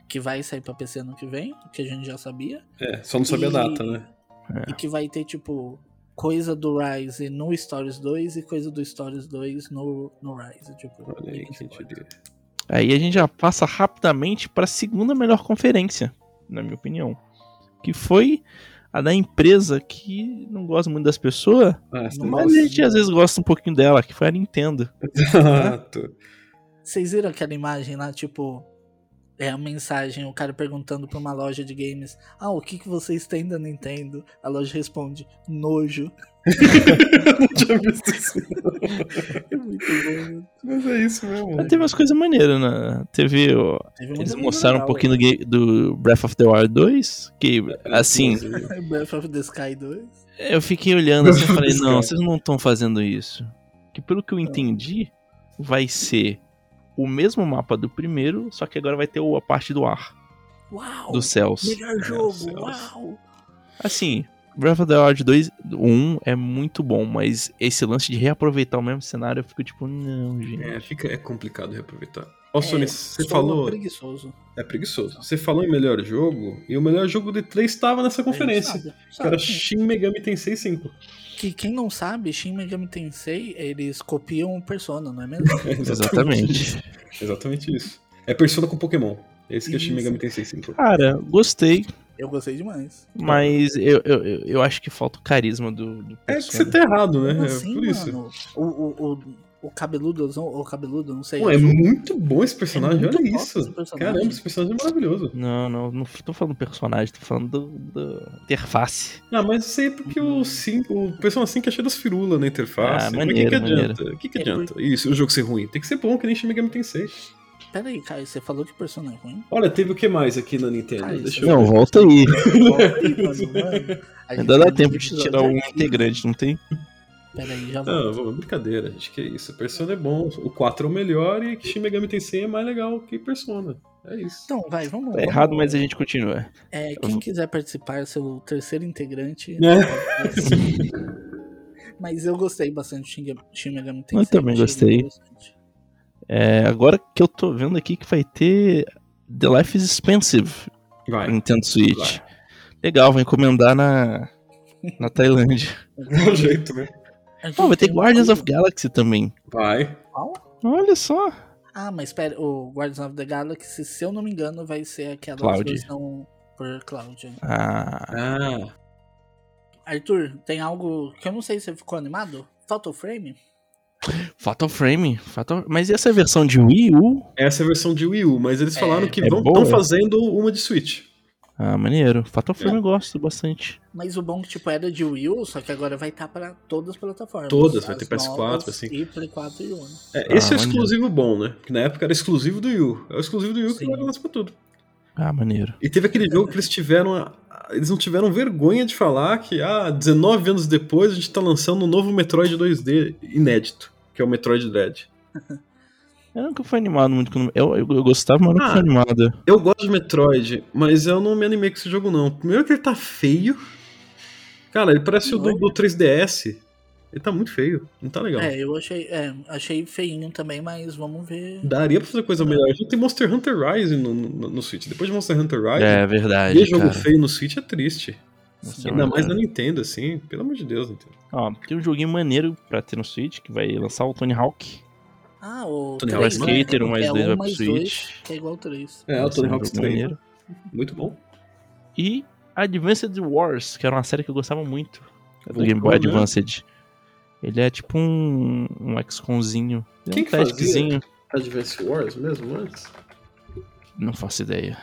Speaker 3: que vai sair pra PC ano que vem, o que a gente já sabia.
Speaker 2: É, só não sabia
Speaker 3: E-
Speaker 2: a data, né?
Speaker 3: E que vai ter, tipo, coisa do Rise no Stories 2 e coisa do Stories 2 no, no Rise. Tipo,
Speaker 2: Olha aí, quem
Speaker 3: importa.
Speaker 2: diria.
Speaker 1: Aí a gente já passa rapidamente pra segunda melhor conferência, na minha opinião. Que foi a da empresa que não gosta muito das pessoas,
Speaker 2: Ah, essa- [laughs]
Speaker 1: mas a gente às vezes gosta um pouquinho dela, que foi a Nintendo. né?
Speaker 2: Exato.
Speaker 3: Vocês viram aquela imagem lá, tipo. É a mensagem, o cara perguntando pra uma loja de games: Ah, o que, que vocês têm da Nintendo? A loja responde: Nojo.
Speaker 2: Eu não tinha visto isso.
Speaker 3: É muito bom, né?
Speaker 2: Mas é isso mesmo.
Speaker 1: Mas teve umas coisas maneiras, né? Teve. ó,
Speaker 3: Teve
Speaker 1: Eles
Speaker 3: muita coisa
Speaker 1: mostraram um
Speaker 3: é legal,
Speaker 1: pouquinho do, ga- do Breath of the Wild 2, que, assim,
Speaker 3: É [laughs] Breath of the Sky 2.
Speaker 1: eu fiquei olhando assim e falei,
Speaker 2: Isso,
Speaker 1: não,
Speaker 2: cara.
Speaker 1: vocês não estão fazendo isso. Que pelo que eu entendi, vai ser o mesmo mapa do primeiro, só que agora vai ter o- a parte do ar,
Speaker 3: Uau!
Speaker 1: dos céus.
Speaker 3: melhor
Speaker 2: céus.
Speaker 3: jogo! Uau!
Speaker 1: Assim, Breath of the Wild 2, o 1 é muito bom, mas esse lance de reaproveitar o mesmo cenário, eu fico tipo, não, gente.
Speaker 2: É, fica, é complicado reaproveitar. Ó, Sony, você falou.
Speaker 3: preguiçoso.
Speaker 2: É preguiçoso. Você falou em melhor jogo, e o melhor jogo de 3 estava nessa conferência.
Speaker 3: Sabe,
Speaker 2: que
Speaker 3: sabe,
Speaker 2: era Shin Megami Tensei 5.
Speaker 3: que quem não sabe, Shin Megami Tensei, eles copiam o Persona, não é
Speaker 2: [laughs]
Speaker 3: mesmo?
Speaker 1: [laughs] Exatamente.
Speaker 2: Exatamente isso. É Persona com Pokémon. Esse que é Shin Megami Tensei 5.
Speaker 1: Cara, gostei,
Speaker 3: Eu gostei demais.
Speaker 1: mas eu, eu, eu- eu acho que falta o carisma do, do
Speaker 2: É que
Speaker 1: Persona.
Speaker 2: você tá errado, né?
Speaker 3: Como
Speaker 2: é
Speaker 3: assim,
Speaker 2: por isso.
Speaker 3: mano? O, o, o, o cabeludo, azul- ou cabeludo, não sei. Tipo,
Speaker 2: Pô, é muito bom esse personagem,
Speaker 3: É muito
Speaker 2: olha
Speaker 3: top
Speaker 2: isso.
Speaker 3: esse personagem.
Speaker 2: Caramba, esse personagem é maravilhoso.
Speaker 1: Não, não, não tô falando do personagem, tô falando do, do interface.
Speaker 2: Ah, mas isso aí é porque o, 5, o Persona 5 é cheio das firulas na interface.
Speaker 1: Ah,
Speaker 2: mas o que,
Speaker 1: maneiro,
Speaker 2: que
Speaker 1: maneiro.
Speaker 2: adianta? O que, que
Speaker 3: É
Speaker 2: adianta? Isso, o jogo ser ruim. Tem que ser bom, que nem Shin Megami Tensei.
Speaker 3: Pera aí, cara, você falou que Persona é
Speaker 2: [laughs]
Speaker 3: ruim?
Speaker 2: Olha, teve o que mais aqui na Nintendo?
Speaker 3: Ah, isso
Speaker 2: Deixa eu
Speaker 1: Não,
Speaker 2: ver.
Speaker 1: volta aí.
Speaker 3: Volta aí, mano, mano. A gente
Speaker 1: Ainda dá
Speaker 3: tem
Speaker 1: tempo
Speaker 3: dois
Speaker 1: de
Speaker 3: episódios
Speaker 1: tirar um
Speaker 3: aqui.
Speaker 1: integrante, não tem?
Speaker 3: Pera aí, já volto.
Speaker 2: Não, vou- brincadeira, gente. Que isso. Persona é bom. O 4 é o melhor e que Shin Megami Tensei é mais legal que Persona. É isso.
Speaker 3: Então, vai, vamos
Speaker 1: Tá
Speaker 3: vamos-
Speaker 1: errado, mas a gente continua.
Speaker 3: É, quem quiser participar, ser o terceiro integrante.
Speaker 2: Né?
Speaker 3: Mas eu gostei bastante de Shin- Shin Megami Tensei.
Speaker 1: Eu também
Speaker 3: achei
Speaker 1: gostei.
Speaker 3: interessante.
Speaker 1: É, agora que eu tô vendo aqui que vai ter The Life is Expensive pra
Speaker 2: Vai.
Speaker 1: Nintendo Switch. Legal, vou encomendar na, na Tailândia.
Speaker 2: [laughs] É o jeito, né?
Speaker 1: [laughs] Pô, vai ter
Speaker 3: Tem um
Speaker 1: Guardians of
Speaker 3: outro.
Speaker 1: Galaxy também.
Speaker 2: Vai.
Speaker 1: Olha só.
Speaker 3: Ah, mas pera, o Guardians of the Galaxy, se eu não me engano, vai ser aquela
Speaker 1: Cloud.
Speaker 3: versão por Cláudia.
Speaker 1: Ah,
Speaker 2: Ah.
Speaker 3: Arthur, tem algo que eu não sei se você ficou animado? Photo frame?
Speaker 1: Fatal Frame. Fatal... Mas e essa versão de Wii U?
Speaker 2: Essa é a versão de Wii U, mas eles falaram que
Speaker 1: é
Speaker 2: vão
Speaker 1: boa.
Speaker 2: estão fazendo uma de Switch.
Speaker 1: Ah, maneiro. Fatal Frame eu gosto bastante.
Speaker 3: Mas o bom que tipo era de Wii U, só que agora vai estar pra todas as plataformas.
Speaker 2: Todas, vai
Speaker 3: As
Speaker 2: ter PS4,
Speaker 3: novas
Speaker 2: assim.
Speaker 3: E Play 4 e 1.
Speaker 2: É, esse é o
Speaker 1: Ah,
Speaker 2: exclusivo bom, né? Porque na época era exclusivo do Wii U. É o exclusivo do Wii U que
Speaker 3: Sim.
Speaker 2: vai lançar pra tudo.
Speaker 1: Ah, maneiro.
Speaker 2: E teve aquele jogo que eles tiveram. a- a- Eles não tiveram vergonha de falar que, ah, 19 anos depois, a gente tá lançando um novo Metroid 2D inédito, que é o Metroid Dread.
Speaker 1: Eu nunca fui animado muito. quando- Eu, eu, eu gostava, mas nunca
Speaker 2: Ah.
Speaker 1: fui animado.
Speaker 2: Eu gosto de Metroid, mas eu não me animei com esse jogo, não. Primeiro que ele tá feio. Cara, ele parece o do, do 3DS. Ele tá muito feio. Não tá legal.
Speaker 3: É, eu achei, é, achei feinho também, mas vamos ver.
Speaker 2: Daria pra fazer coisa melhor. Já tem Monster Hunter Rise no, no, no Switch. Depois de Monster Hunter Rise,
Speaker 1: É verdade.
Speaker 2: ter jogo
Speaker 1: cara.
Speaker 2: feio no Switch é triste.
Speaker 1: Nossa,
Speaker 2: Ainda
Speaker 1: é
Speaker 2: mais na Nintendo, assim. Pelo amor de Deus, Nintendo.
Speaker 1: Ó, tem um joguinho maneiro pra ter no Switch que vai lançar o Tony Hawk.
Speaker 3: Ah, o
Speaker 2: Tony
Speaker 1: Vai
Speaker 3: 3,
Speaker 2: Hawk
Speaker 3: né?
Speaker 1: Skater, um mais
Speaker 3: é
Speaker 1: dois
Speaker 3: um
Speaker 1: vai pro
Speaker 3: mais
Speaker 1: Switch.
Speaker 3: dois, que é igual 3.
Speaker 2: É, o
Speaker 1: Vai ser
Speaker 2: Tony
Speaker 1: um
Speaker 2: Hawk's
Speaker 1: jogo
Speaker 2: 3.
Speaker 1: maneiro.
Speaker 2: Muito bom.
Speaker 1: E Advanced Wars, que era uma série que eu gostava muito. é Do
Speaker 2: Voltou,
Speaker 1: Game Boy
Speaker 2: né?
Speaker 1: Advanced. Ele é tipo um, um XCOMzinho. É
Speaker 2: Quem
Speaker 1: um
Speaker 2: que fazia?
Speaker 1: testezinho.
Speaker 2: Advance Wars mesmo antes?
Speaker 1: Não faço ideia.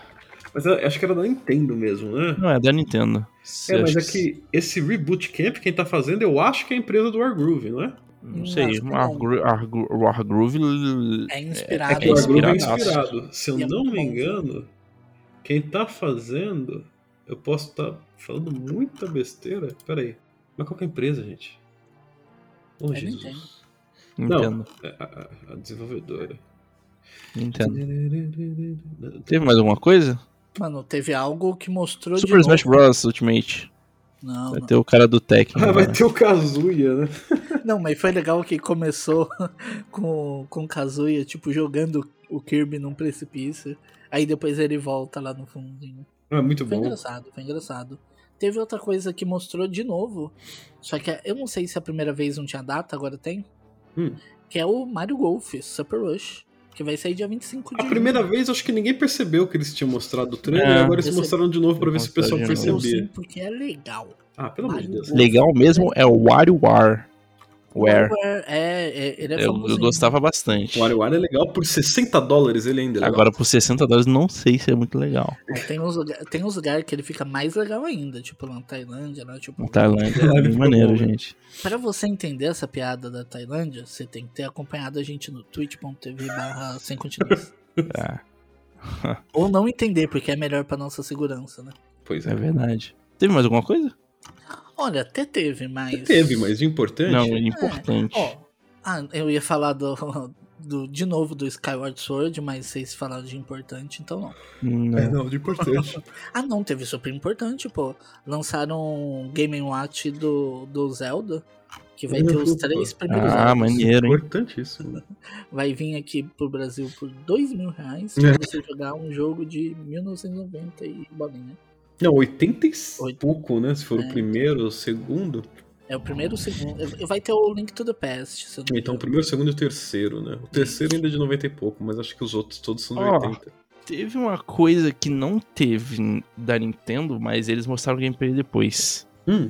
Speaker 2: Mas eu acho que era da Nintendo mesmo, né?
Speaker 1: Não, é da Nintendo. Se-
Speaker 2: É, mas
Speaker 1: acho
Speaker 2: é que esse Reboot Camp, quem tá fazendo, eu acho que é a empresa do Wargroove, não é?
Speaker 1: Não sei, um
Speaker 3: Acho
Speaker 1: o
Speaker 3: que não.
Speaker 1: Wargro- Wargro- Wargroove.
Speaker 3: É
Speaker 2: É
Speaker 3: inspirado.
Speaker 2: que o Wargroove é
Speaker 1: inspiradaço.
Speaker 2: inspirado. Se eu
Speaker 3: E é
Speaker 2: não
Speaker 3: muito
Speaker 2: me
Speaker 3: bom.
Speaker 2: engano, quem tá fazendo. Eu posso estar falando muita besteira. Pera aí. Mas qual que é a empresa, gente? Oh,
Speaker 3: É
Speaker 2: Jesus.
Speaker 3: Nintendo.
Speaker 1: Nintendo.
Speaker 2: É a, a- a desenvolvedora.
Speaker 1: Nintendo. Teve mais alguma coisa?
Speaker 3: Mano, teve algo que mostrou
Speaker 1: Super
Speaker 3: de novo.
Speaker 1: Smash Bros. Ultimate.
Speaker 3: Não,
Speaker 1: Vai
Speaker 3: não.
Speaker 1: ter o cara do Tekken.
Speaker 2: [laughs] Ah,
Speaker 1: né?
Speaker 2: vai ter o Kazuya, né?
Speaker 3: Não, mas foi legal que começou [laughs] com, com o Kazuya, tipo, jogando o Kirby num precipício. Aí depois ele volta lá no fundinho.
Speaker 2: Ah, muito
Speaker 3: Foi
Speaker 2: bom.
Speaker 3: engraçado, foi engraçado. Teve outra coisa que mostrou de novo. Só que é, eu não sei se a primeira vez não tinha data, agora tem.
Speaker 2: Hum.
Speaker 3: Que é o Mario Golf, Super Rush. Que vai sair dia 25 de
Speaker 2: A
Speaker 3: junho.
Speaker 2: primeira vez, acho que ninguém percebeu que eles tinham mostrado o trailer,
Speaker 1: É.
Speaker 2: e agora eles
Speaker 3: Percebe-
Speaker 2: mostraram de novo pra ver se o pessoal
Speaker 1: Mostraram de
Speaker 3: Eu
Speaker 1: novo.
Speaker 2: percebia.
Speaker 3: sim, porque é legal.
Speaker 2: Ah, pelo amor de Deus.
Speaker 1: Legal mesmo é o WarioWare. Ware.
Speaker 3: É, é, ele é
Speaker 1: Eu, eu
Speaker 3: famosinho.
Speaker 1: gostava bastante.
Speaker 2: O WarioWare é legal por 60 dólares, ele ainda é legal.
Speaker 1: Agora, por 60 dólares, não sei se é muito legal.
Speaker 3: Aí tem uns lugar, tem uns lugar que ele fica mais legal ainda, tipo lá na Tailândia, né? Tipo,
Speaker 1: Na [laughs] Tailândia é bem
Speaker 2: Ficou
Speaker 1: maneiro,
Speaker 2: bom, né?
Speaker 1: gente.
Speaker 3: Pra você entender essa piada da Tailândia, você tem que ter acompanhado a gente no twitch.tv barra sem continuar.
Speaker 1: Ah,
Speaker 3: Ou não entender, porque é melhor pra nossa segurança, né?
Speaker 2: Pois
Speaker 1: é verdade. Teve mais alguma coisa?
Speaker 3: Olha, até
Speaker 2: É
Speaker 3: teve, mas.
Speaker 2: Teve, mas de importante.
Speaker 1: Não, é importante.
Speaker 3: Ó, ah, eu ia falar do, do, de novo do Skyward Sword, mas vocês falaram de importante, então não.
Speaker 1: Hum,
Speaker 2: É, não,
Speaker 1: [laughs]
Speaker 2: de importante.
Speaker 3: Ah, não, teve super importante, pô. Lançaram um Game Watch do, do Zelda, que vai
Speaker 2: Meu
Speaker 3: ter os
Speaker 2: Deus,
Speaker 3: três primeiros
Speaker 1: Ah,
Speaker 3: álbuns.
Speaker 1: maneiro, hein?
Speaker 2: Importantíssimo.
Speaker 3: Vai vir aqui pro Brasil por dois mil reais pra
Speaker 2: É.
Speaker 3: você jogar um jogo de 1990 e bolinha.
Speaker 2: Não, 80 e
Speaker 3: Oito.
Speaker 2: pouco, né? Se for o
Speaker 3: É.
Speaker 2: primeiro ou o segundo.
Speaker 3: É o primeiro, o segundo. é, Vai ter o Link to the Past, se eu não me
Speaker 2: Então, o
Speaker 3: engano.
Speaker 2: primeiro, o segundo e o terceiro, né? O terceiro ainda é de 90 e pouco, mas acho que os outros todos são de
Speaker 1: Ó.
Speaker 2: 80.
Speaker 1: Teve uma coisa que não teve n- da Nintendo, mas eles mostraram o gameplay depois.
Speaker 2: Hum.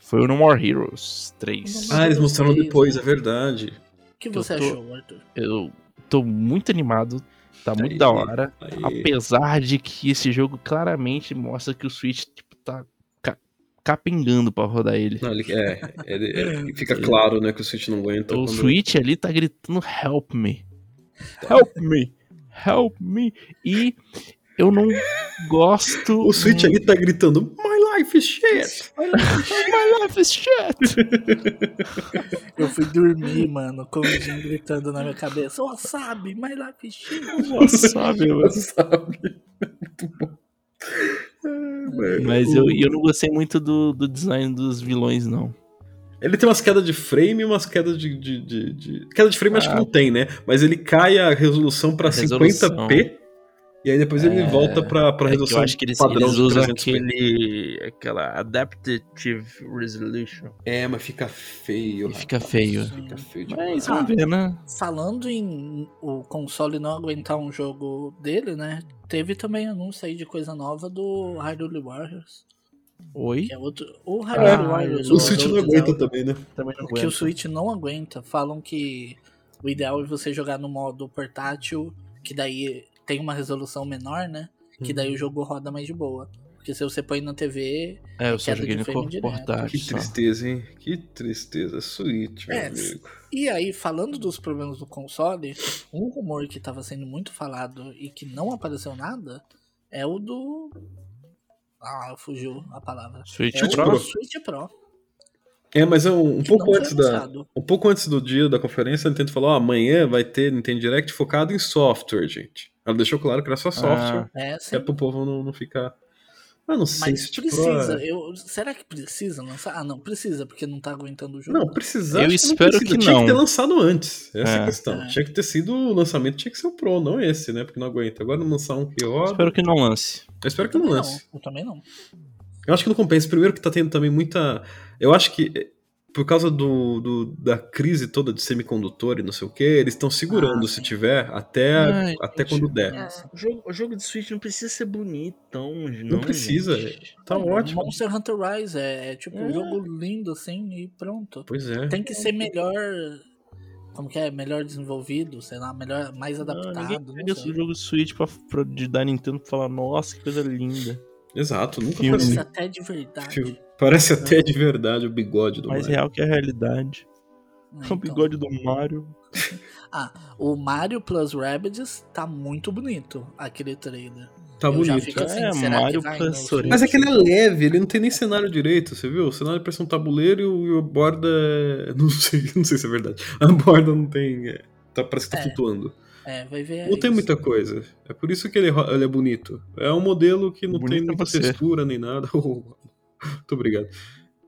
Speaker 1: Foi o No More Heroes 3.
Speaker 3: Ah,
Speaker 2: Ah, eles mostraram
Speaker 3: vocês.
Speaker 2: depois, é verdade.
Speaker 3: O que você
Speaker 1: eu tô-
Speaker 3: achou, Arthur?
Speaker 1: Eu tô muito animado, tá muito
Speaker 2: Aí.
Speaker 1: da hora.
Speaker 2: Aí,
Speaker 1: Apesar de que esse jogo claramente mostra que o Switch tipo, tá ca- capengando pra rodar ele.
Speaker 2: Não, ele- é, ele- é, fica claro, né, que o Switch não aguenta.
Speaker 1: O
Speaker 2: quando-
Speaker 1: Switch ali tá gritando help me.
Speaker 2: Tá.
Speaker 1: Help me. Help me. E eu não gosto.
Speaker 2: O Switch ali tá gritando, my life is [laughs] shit!
Speaker 1: My life is shit.
Speaker 3: Eu fui dormir, [laughs] mano, com o Jim gritando na minha cabeça. Ô, sabe, mas lá pichinho.
Speaker 1: Sabe,
Speaker 2: é
Speaker 1: mano?
Speaker 2: assim, Sabe? Muito bom. É, velho.
Speaker 1: Mas eu, eu não gostei muito do, do design dos vilões, não.
Speaker 2: Ele tem umas quedas de frame e umas quedas de. de, de, de- Queda de frame acho que
Speaker 1: Ah.
Speaker 2: não tem, né? Mas ele cai a resolução pra
Speaker 1: Resolução.
Speaker 2: 50p e aí depois ele
Speaker 1: É,
Speaker 2: volta pra, pra
Speaker 1: É que
Speaker 2: resolução.
Speaker 1: eu acho que eles,
Speaker 2: padrão
Speaker 1: eles
Speaker 2: de
Speaker 1: usam
Speaker 2: 300p.
Speaker 1: aquele, aquela Adaptive Resolution.
Speaker 2: É, mas fica feio.
Speaker 1: E
Speaker 2: rapaz.
Speaker 1: fica feio.
Speaker 2: Fica feio
Speaker 1: Mas
Speaker 2: demais.
Speaker 1: vamos ver, né?
Speaker 3: Falando em o console não aguentar um jogo dele, né? Teve também anúncio aí de coisa nova do Hyrule Warriors.
Speaker 1: Oi?
Speaker 3: Que é outro... O Hyrule
Speaker 1: Ah,
Speaker 3: Warriors.
Speaker 1: o
Speaker 2: O
Speaker 3: ou
Speaker 2: Switch não
Speaker 3: Zelda-
Speaker 2: aguenta também, né?
Speaker 1: Também não
Speaker 3: Que o
Speaker 1: aguento.
Speaker 3: Switch não aguenta. Falam que o ideal é você jogar no modo portátil, que daí tem uma resolução menor, né? Que daí
Speaker 2: Uhum.
Speaker 3: o jogo roda mais de boa. Porque se você põe na TV,
Speaker 1: É, eu só
Speaker 3: queda de
Speaker 1: joguei no
Speaker 3: frame
Speaker 1: corpo
Speaker 3: direto.
Speaker 1: portátil.
Speaker 2: Que
Speaker 1: Tá, só.
Speaker 2: tristeza, hein? Que tristeza. Switch, meu
Speaker 3: É,
Speaker 2: amigo.
Speaker 3: E aí, falando dos problemas do console, um rumor que tava sendo muito falado e que não apareceu nada é o do. Ah, fugiu a palavra.
Speaker 1: Switch
Speaker 3: é o
Speaker 1: Pro?
Speaker 3: do Switch Pro.
Speaker 2: É, mas é um, um
Speaker 3: que
Speaker 2: pouco
Speaker 3: não foi
Speaker 2: antes da.
Speaker 3: anunciado.
Speaker 2: Um pouco antes do dia da conferência, a Nintendo falou: ó, amanhã vai ter Nintendo Direct focado em software, gente. Ela deixou claro que era só software.
Speaker 3: É,
Speaker 2: É
Speaker 3: sim.
Speaker 2: pro povo não, não ficar. Ah, não sei
Speaker 3: Mas
Speaker 2: se tipo.
Speaker 3: precisa.
Speaker 2: ah,
Speaker 3: Eu... Será que precisa lançar? Ah, não, precisa, porque não tá aguentando o jogo.
Speaker 2: Não, precisar.
Speaker 1: Eu
Speaker 2: acho
Speaker 1: espero
Speaker 2: precisa.
Speaker 1: que
Speaker 2: Tinha
Speaker 1: não.
Speaker 2: que ter lançado antes. Essa é
Speaker 1: É.
Speaker 2: a questão.
Speaker 3: É.
Speaker 2: Tinha que ter sido o lançamento, tinha que ser o Pro, não esse, né? Porque não aguenta. Agora não lançar um que roda.
Speaker 1: Espero que não lance.
Speaker 2: Eu espero
Speaker 3: Eu
Speaker 2: que não
Speaker 3: também não,
Speaker 2: lance.
Speaker 3: Eu também não.
Speaker 2: Eu acho que não compensa. Primeiro que tá tendo também muita. Eu acho que eh, por causa do, do- da crise toda de semicondutor e não sei o que, eles estão segurando
Speaker 3: Ah,
Speaker 2: se
Speaker 3: sim. É,
Speaker 2: tiver até,
Speaker 1: Ai,
Speaker 2: até
Speaker 1: gente.
Speaker 2: quando der.
Speaker 3: Nossa.
Speaker 1: o, jogo, de Switch não precisa ser bonitão,
Speaker 2: Não, precisa.
Speaker 3: é,
Speaker 2: Tá ótimo.
Speaker 3: Monster Hunter Rise é, é tipo um
Speaker 1: É.
Speaker 3: jogo lindo assim e pronto.
Speaker 2: Pois é.
Speaker 3: Tem que ser melhor. Como que é? Melhor desenvolvido, sei lá, melhor, mais
Speaker 2: Ah,
Speaker 3: adaptado.
Speaker 1: Ah, Ninguém pega
Speaker 3: Não,
Speaker 1: o
Speaker 2: assim.
Speaker 3: sei.
Speaker 1: jogo de Switch pra, pra, de, da Nintendo pra falar, nossa, que coisa linda.
Speaker 2: Exato. Nunca
Speaker 1: Filme.
Speaker 3: Parece
Speaker 2: parece.
Speaker 3: até de verdade.
Speaker 2: Filme. Parece até de verdade o bigode do
Speaker 1: Mais
Speaker 2: Mario.
Speaker 1: real que a realidade.
Speaker 2: um
Speaker 1: É [laughs]
Speaker 3: Ah,
Speaker 1: o
Speaker 3: então.
Speaker 1: bigode do Mario.
Speaker 3: Ah, o Mario Plus Rabbids tá muito bonito, aquele trailer.
Speaker 2: Tá
Speaker 3: Eu já
Speaker 2: bonito.
Speaker 3: fico assim,
Speaker 1: É,
Speaker 3: será
Speaker 1: Mario
Speaker 3: que vai
Speaker 1: Plus
Speaker 3: no Switch?
Speaker 2: Mas é que ele é leve, ele não tem nem cenário direito, você viu? O cenário parece um tabuleiro e o, e a borda. é- [laughs] Não sei, não sei se é verdade. A borda não tem. é, Tá, parece que tá
Speaker 3: É.
Speaker 2: flutuando.
Speaker 3: É, vai ver.
Speaker 2: Não tem
Speaker 3: isso.
Speaker 2: muita coisa. É por isso que ele, ro- ele é bonito. É um modelo que não
Speaker 1: Bonito
Speaker 2: tem
Speaker 1: é
Speaker 2: muita
Speaker 1: você.
Speaker 2: textura nem nada. [laughs] Oh, Muito obrigado.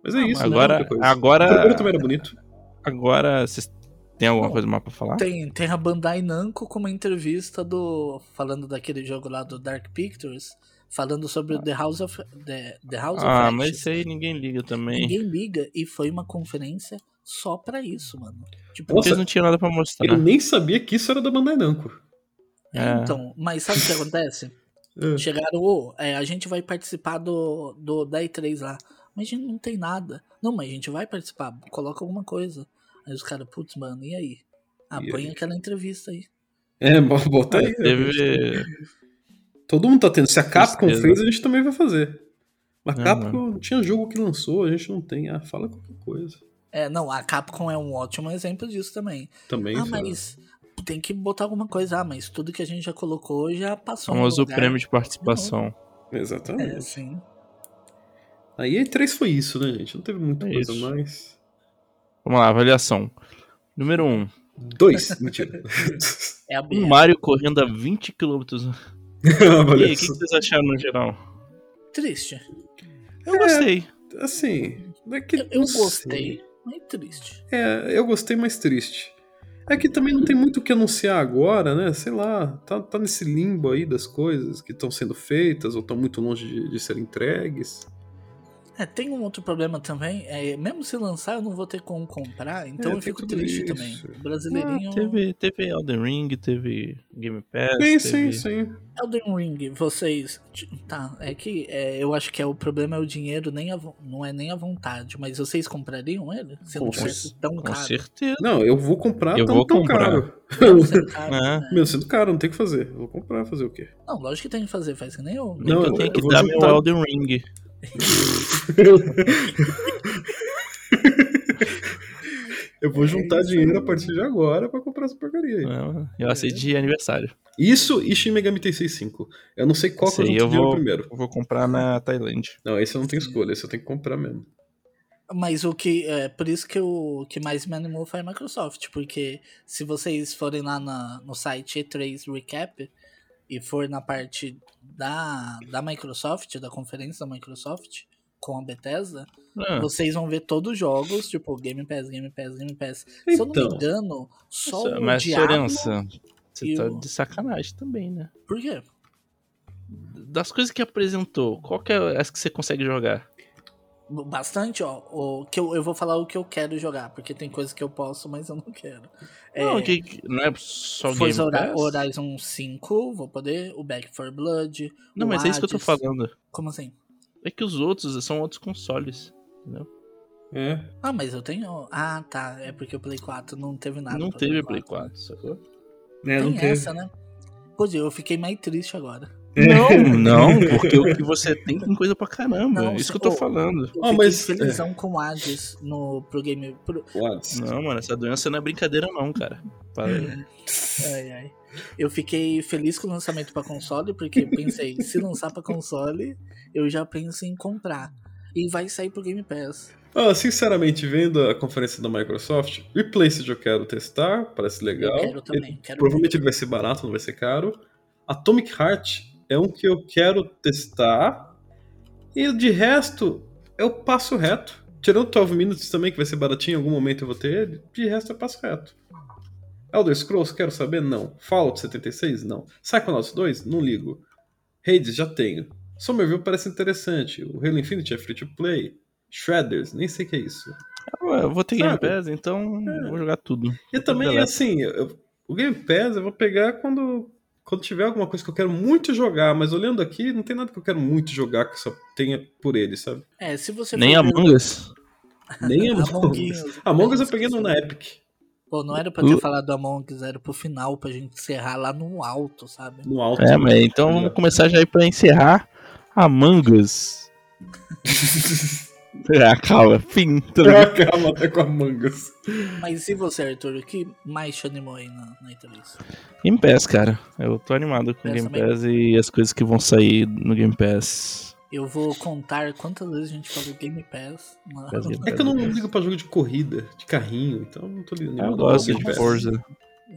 Speaker 2: Mas é isso,
Speaker 1: agora-
Speaker 2: né? Muita coisa. [laughs]
Speaker 1: agora-
Speaker 2: O primeiro também era bonito.
Speaker 1: Agora, vocês têm alguma coisa mais pra falar?
Speaker 3: Tem, tem a Bandai Namco com uma entrevista do. Falando daquele jogo lá do Dark Pictures. Falando sobre o The House of. The, The House
Speaker 1: Ah,
Speaker 3: of
Speaker 1: mas
Speaker 3: Ashes.
Speaker 1: isso aí ninguém liga também.
Speaker 3: Ninguém liga e foi uma conferência só pra isso, mano. Tipo,
Speaker 2: Nossa,
Speaker 1: Vocês não tinham nada pra mostrar.
Speaker 2: Eu nem sabia que isso era da Bandai Namco.
Speaker 1: É. Ah.
Speaker 3: Então, mas sabe o
Speaker 1: [laughs]
Speaker 3: que acontece?
Speaker 2: É.
Speaker 3: Chegaram, ô, é, a gente vai participar do, do da E3 lá. Mas a gente não tem nada. Não, mas a gente vai participar, coloca alguma coisa. Aí os caras, putz, mano, e aí? Ah,
Speaker 2: E
Speaker 3: põe
Speaker 2: aí?
Speaker 3: aquela entrevista aí.
Speaker 2: É, [laughs] bo- bota aí.
Speaker 1: Teve.
Speaker 2: Todo mundo tá tendo. Se a Capcom
Speaker 1: Tristeza.
Speaker 2: fez, a gente também vai fazer. Mas
Speaker 1: É,
Speaker 2: a Capcom tinha jogo que lançou, a gente não tem. Ah, fala qualquer coisa.
Speaker 3: É, não, a Capcom é um ótimo exemplo disso também.
Speaker 2: Também.
Speaker 3: Ah,
Speaker 2: sei lá.
Speaker 3: mas tem que botar alguma coisa. Ah, mas tudo que a gente já colocou já passou. no
Speaker 1: Famoso
Speaker 3: lugar.
Speaker 1: prêmio de participação.
Speaker 3: É,
Speaker 2: Exatamente.
Speaker 3: sim.
Speaker 2: Aí a E3 foi isso, né, gente? Não teve muita
Speaker 1: É
Speaker 2: coisa
Speaker 1: isso.
Speaker 2: mais.
Speaker 1: Vamos lá, avaliação. Número 1. Um,
Speaker 3: [laughs]
Speaker 2: Dois. Mentira.
Speaker 3: É aberto.
Speaker 1: Um Mario correndo a 20 km. E
Speaker 2: [laughs] Olha
Speaker 1: aí, o que
Speaker 2: só.
Speaker 1: que vocês acharam no geral?
Speaker 3: Triste.
Speaker 1: Eu gostei.
Speaker 2: Assim. não é que-
Speaker 3: Eu, eu
Speaker 2: não sei.
Speaker 3: gostei. Mas triste.
Speaker 2: É, eu gostei, mas triste. É que também não tem muito o que anunciar agora, né? Sei lá, tá, tá nesse limbo aí das coisas que estão sendo feitas ou estão muito longe de, de serem entregues.
Speaker 3: É, tem um outro problema também. É, mesmo se lançar, eu não vou ter como comprar, então
Speaker 2: É,
Speaker 3: eu
Speaker 2: tem
Speaker 3: fico
Speaker 2: tudo
Speaker 3: triste
Speaker 2: isso.
Speaker 3: também. O
Speaker 1: Ah,
Speaker 3: brasileirinho.
Speaker 1: teve, teve Elden Ring, teve Game Pass.
Speaker 2: Sim,
Speaker 1: teve...
Speaker 2: sim, sim.
Speaker 3: Elden Ring, vocês. t- Tá, é que é, eu acho que é o problema é o dinheiro, nem a vo- não é nem a vontade, mas vocês comprariam ele? Se
Speaker 2: Com
Speaker 3: não fosse tão
Speaker 1: Com
Speaker 3: caro.
Speaker 1: certeza.
Speaker 2: Não, eu vou comprar
Speaker 1: Eu
Speaker 2: tão,
Speaker 1: vou
Speaker 2: tão
Speaker 1: comprar.
Speaker 2: caro.
Speaker 3: Sendo caro,
Speaker 1: Ah.
Speaker 3: né?
Speaker 2: Meu, sendo caro, não tem o que fazer. Eu vou comprar, fazer o quê?
Speaker 3: Não, lógico que tem que fazer, faz que nem eu. né?
Speaker 1: Nem
Speaker 2: Não,
Speaker 1: que eu
Speaker 2: eu-
Speaker 1: tenho
Speaker 2: eu
Speaker 1: que
Speaker 2: vou
Speaker 1: dar
Speaker 2: juntar.
Speaker 1: meu Elden Ring.
Speaker 2: Eu vou juntar dinheiro a partir de agora pra comprar essa porcaria aí.
Speaker 1: né?
Speaker 3: É.
Speaker 1: Eu aceito de aniversário.
Speaker 2: Isso e Shin Megami Tensei 5. Eu não sei qual que
Speaker 1: Esse
Speaker 2: eu
Speaker 1: aí
Speaker 2: junto
Speaker 1: eu
Speaker 2: dinheiro
Speaker 1: vou-
Speaker 2: primeiro.
Speaker 1: Eu vou comprar na Tailândia.
Speaker 2: Não, esse eu não tenho escolha, esse eu tenho que comprar mesmo.
Speaker 3: Mas o que. É por isso que o que mais me animou foi a Microsoft, porque se vocês forem lá na- no site E3 Recap e for na parte da, da Microsoft, da conferência da Microsoft com a Bethesda,
Speaker 1: Ah,
Speaker 3: vocês vão ver todos os jogos, tipo Game Pass, Game Pass, Game Pass. Se eu não me
Speaker 2: Então.
Speaker 3: engano, é só o
Speaker 1: mas, é
Speaker 3: Diablo...
Speaker 1: Sorença, você
Speaker 3: e
Speaker 1: tá
Speaker 3: o-
Speaker 1: de sacanagem também, né?
Speaker 3: Por quê?
Speaker 1: Das coisas que apresentou, qual que é as que você consegue jogar?
Speaker 3: Bastante, ó. O, que eu, eu vou falar o que eu quero jogar, porque tem coisa que eu posso, mas eu não quero.
Speaker 1: Não, que- que- não é só Game
Speaker 3: Forza Hora-
Speaker 1: Pass?
Speaker 3: Horizon 5, vou poder. O Back 4 Blood.
Speaker 1: Não,
Speaker 3: o
Speaker 1: mas é isso que eu tô
Speaker 3: Hades.
Speaker 1: falando.
Speaker 3: Como assim?
Speaker 1: É que os outros são outros consoles.
Speaker 2: É.
Speaker 3: Ah, mas eu tenho. Ah, tá. É porque o Play 4 não teve nada.
Speaker 1: não
Speaker 3: pra
Speaker 1: teve Play 4, sacou?
Speaker 2: É,
Speaker 3: Tem
Speaker 2: não teve.
Speaker 3: essa, né? Pô, eu fiquei mais triste agora.
Speaker 1: [laughs] Não, não, porque o que você tem tem coisa pra caramba. É
Speaker 3: Não,
Speaker 1: isso que eu
Speaker 3: se-
Speaker 1: tô
Speaker 3: ô.
Speaker 1: falando.
Speaker 3: Eu
Speaker 2: Ah,
Speaker 3: fiquei
Speaker 2: mas-
Speaker 3: felizão com o Hades no, pro game. Pro,
Speaker 2: What?
Speaker 1: Não, mano, essa doença não é brincadeira, não, cara. Para aí.
Speaker 3: ai, ai. Eu fiquei feliz com o lançamento pra console, porque eu
Speaker 2: [laughs]
Speaker 3: pensei, se lançar pra console, eu já penso em comprar. E vai sair pro Game Pass.
Speaker 2: Ah, sinceramente, vendo a conferência da Microsoft, Replaced eu quero testar, parece legal.
Speaker 3: Eu quero também. quero
Speaker 2: Provavelmente ele vai ser barato, não vai ser caro. Atomic Heart é um que eu quero testar. E de resto, eu passo reto. Tirando 12 Minutes também, que vai ser baratinho, em algum momento eu vou ter ele. De resto, eu passo reto. Elder Scrolls, quero saber? Não. Fallout 76? Não. Psychonauts 2? Não ligo. Hades, já tenho. Somerville parece interessante. O Halo Infinite é free to play. Shredders, nem sei o que é isso.
Speaker 1: Ah, Eu vou ter Game
Speaker 2: Sabe? É.
Speaker 1: Pass, então eu vou jogar tudo.
Speaker 2: E também,
Speaker 1: Deleto.
Speaker 2: assim, eu- o Game Pass eu vou pegar quando, quando tiver alguma coisa que eu quero muito jogar, mas olhando aqui, não tem nada que eu quero muito jogar que só tenha por ele, sabe?
Speaker 3: É, se você
Speaker 1: Nem
Speaker 3: for
Speaker 1: a
Speaker 3: ver-
Speaker 1: Mangas.
Speaker 2: Nem a
Speaker 3: Among
Speaker 2: Mongas.
Speaker 3: Us. é,
Speaker 2: A Mongas eu peguei no na Epic,
Speaker 3: Pô, não era pra ter
Speaker 1: Uh.
Speaker 3: falado Among Us, era pro final, pra gente encerrar lá no alto, sabe?
Speaker 2: no
Speaker 1: É,
Speaker 2: alto. [laughs]
Speaker 1: mas então vamos começar já aí pra encerrar. A Mangas. [laughs] ah, calma, fim. tá ligado?
Speaker 2: Acaba até com a Mangas.
Speaker 3: Mas e você, Arthur, o que mais te animou aí na, na E3?
Speaker 1: Game Pass, cara. Eu tô animado com o
Speaker 3: Pass
Speaker 1: Game
Speaker 3: também.
Speaker 1: Pass e as coisas que vão sair no Game Pass.
Speaker 3: Eu vou contar quantas vezes a gente falou Game Pass. na-
Speaker 1: Pass, Game
Speaker 2: É que eu não ligo pra jogo de corrida, de carrinho, então não tô ligando.
Speaker 1: Ah, Eu
Speaker 2: Não,
Speaker 1: gosto
Speaker 2: Game
Speaker 1: de
Speaker 2: Pass.
Speaker 1: Forza.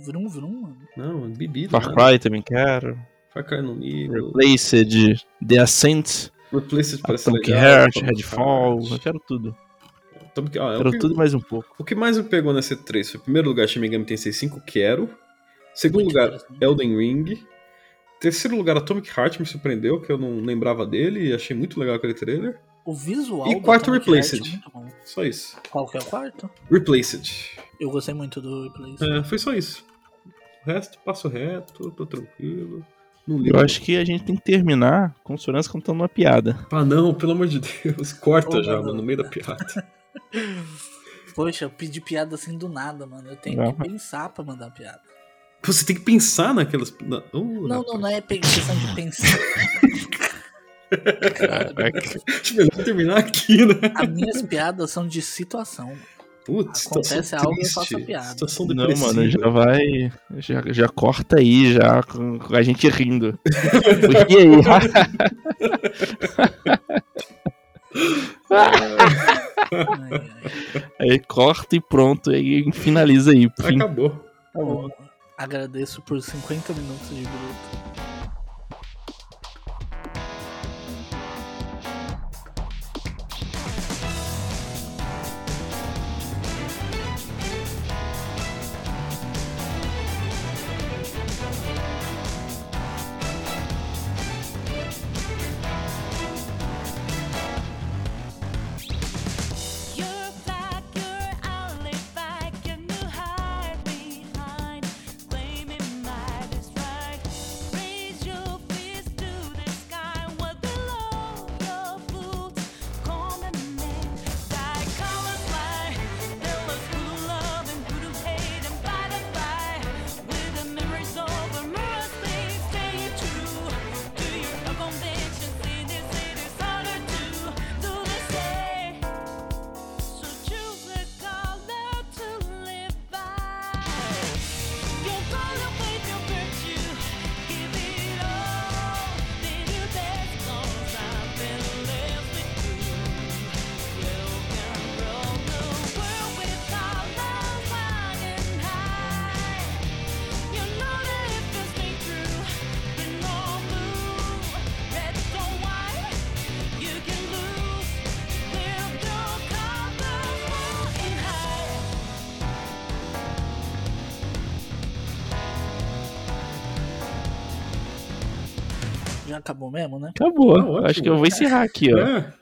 Speaker 3: Vrum, vrum, mano.
Speaker 2: Não, bebida.
Speaker 1: Far Cry também quero.
Speaker 2: Far Cry não ligo.
Speaker 1: Replaced, The Ascent,
Speaker 2: Replaced parece
Speaker 1: Atomic
Speaker 2: legal.
Speaker 1: Heart,
Speaker 2: Atomic
Speaker 1: Redfall. Eu
Speaker 2: Heart.
Speaker 1: quero tudo.
Speaker 2: Atomic- ah, é o
Speaker 1: Quero
Speaker 2: que-
Speaker 1: tudo e mais um pouco.
Speaker 2: O que mais me pegou nessa E3 foi, em primeiro lugar, Shin Megami Tensei 5, quero. Segundo
Speaker 3: Muito
Speaker 2: lugar,
Speaker 3: interessante.
Speaker 2: Elden Ring. Terceiro lugar, Atomic Heart me surpreendeu, que eu não lembrava dele e achei muito legal aquele trailer.
Speaker 3: O visual.
Speaker 2: E
Speaker 3: do
Speaker 2: quarto
Speaker 3: Atomic Heart é
Speaker 2: Replaced.
Speaker 3: muito bom.
Speaker 2: Só isso.
Speaker 3: Qual que é o quarto?
Speaker 2: Replaced.
Speaker 3: Eu gostei muito do Replaced.
Speaker 2: É, foi só isso. O resto, passo reto, tô tranquilo. Não ligo.
Speaker 1: Eu acho que a gente tem que terminar com o Sorança contando uma piada.
Speaker 2: Ah, não, pelo amor de Deus. Corta
Speaker 3: Ô,
Speaker 2: já,
Speaker 3: mano.
Speaker 2: mano, no meio da piada. É.
Speaker 3: Poxa, eu pedi piada assim do nada, mano. Eu tenho
Speaker 1: Não,
Speaker 3: que pensar pra mandar piada.
Speaker 2: Você tem que pensar naquelas. na- Ô,
Speaker 3: Não, não,
Speaker 2: rapaz.
Speaker 3: não é pe- questão de pensar.
Speaker 1: Caraca.
Speaker 2: Acho [laughs] melhor terminar aqui, né?
Speaker 3: As minhas piadas são de situação.
Speaker 2: Putz, situação
Speaker 3: Acontece algo, eu faço a
Speaker 2: triste,
Speaker 3: piada.
Speaker 2: Situação
Speaker 1: Não,
Speaker 2: depressiva.
Speaker 1: mano, já vai. Já, já corta aí, já com com a gente rindo. E aí?
Speaker 3: Ai, ai.
Speaker 1: aí corta e pronto, aí finaliza aí. Fim.
Speaker 2: Acabou.
Speaker 1: favor.
Speaker 3: Agradeço por 50 minutos de bruto.
Speaker 4: You're back, you're only back, and you hide behind, claiming my dislike. Raise your fist to the sky, what below your boots, call the name. Colors lie, there was good to love and good to hate, and by the by, with the memories over, mirrors they stay true. Do your accomplishments in this city, honor to do the same. So choose a color to live by. Don't throw away your virtue, give it all. Did your best, cause I've been left with you. You can roll the world with colors high and high. You know that it feels me through, but no blue, red or white, you can lose. Build your colors high and high.
Speaker 3: Já acabou mesmo, né?
Speaker 1: Acabou.
Speaker 2: Tá ótimo,
Speaker 3: né?
Speaker 1: Acho que eu vou encerrar aqui, ó.
Speaker 2: É,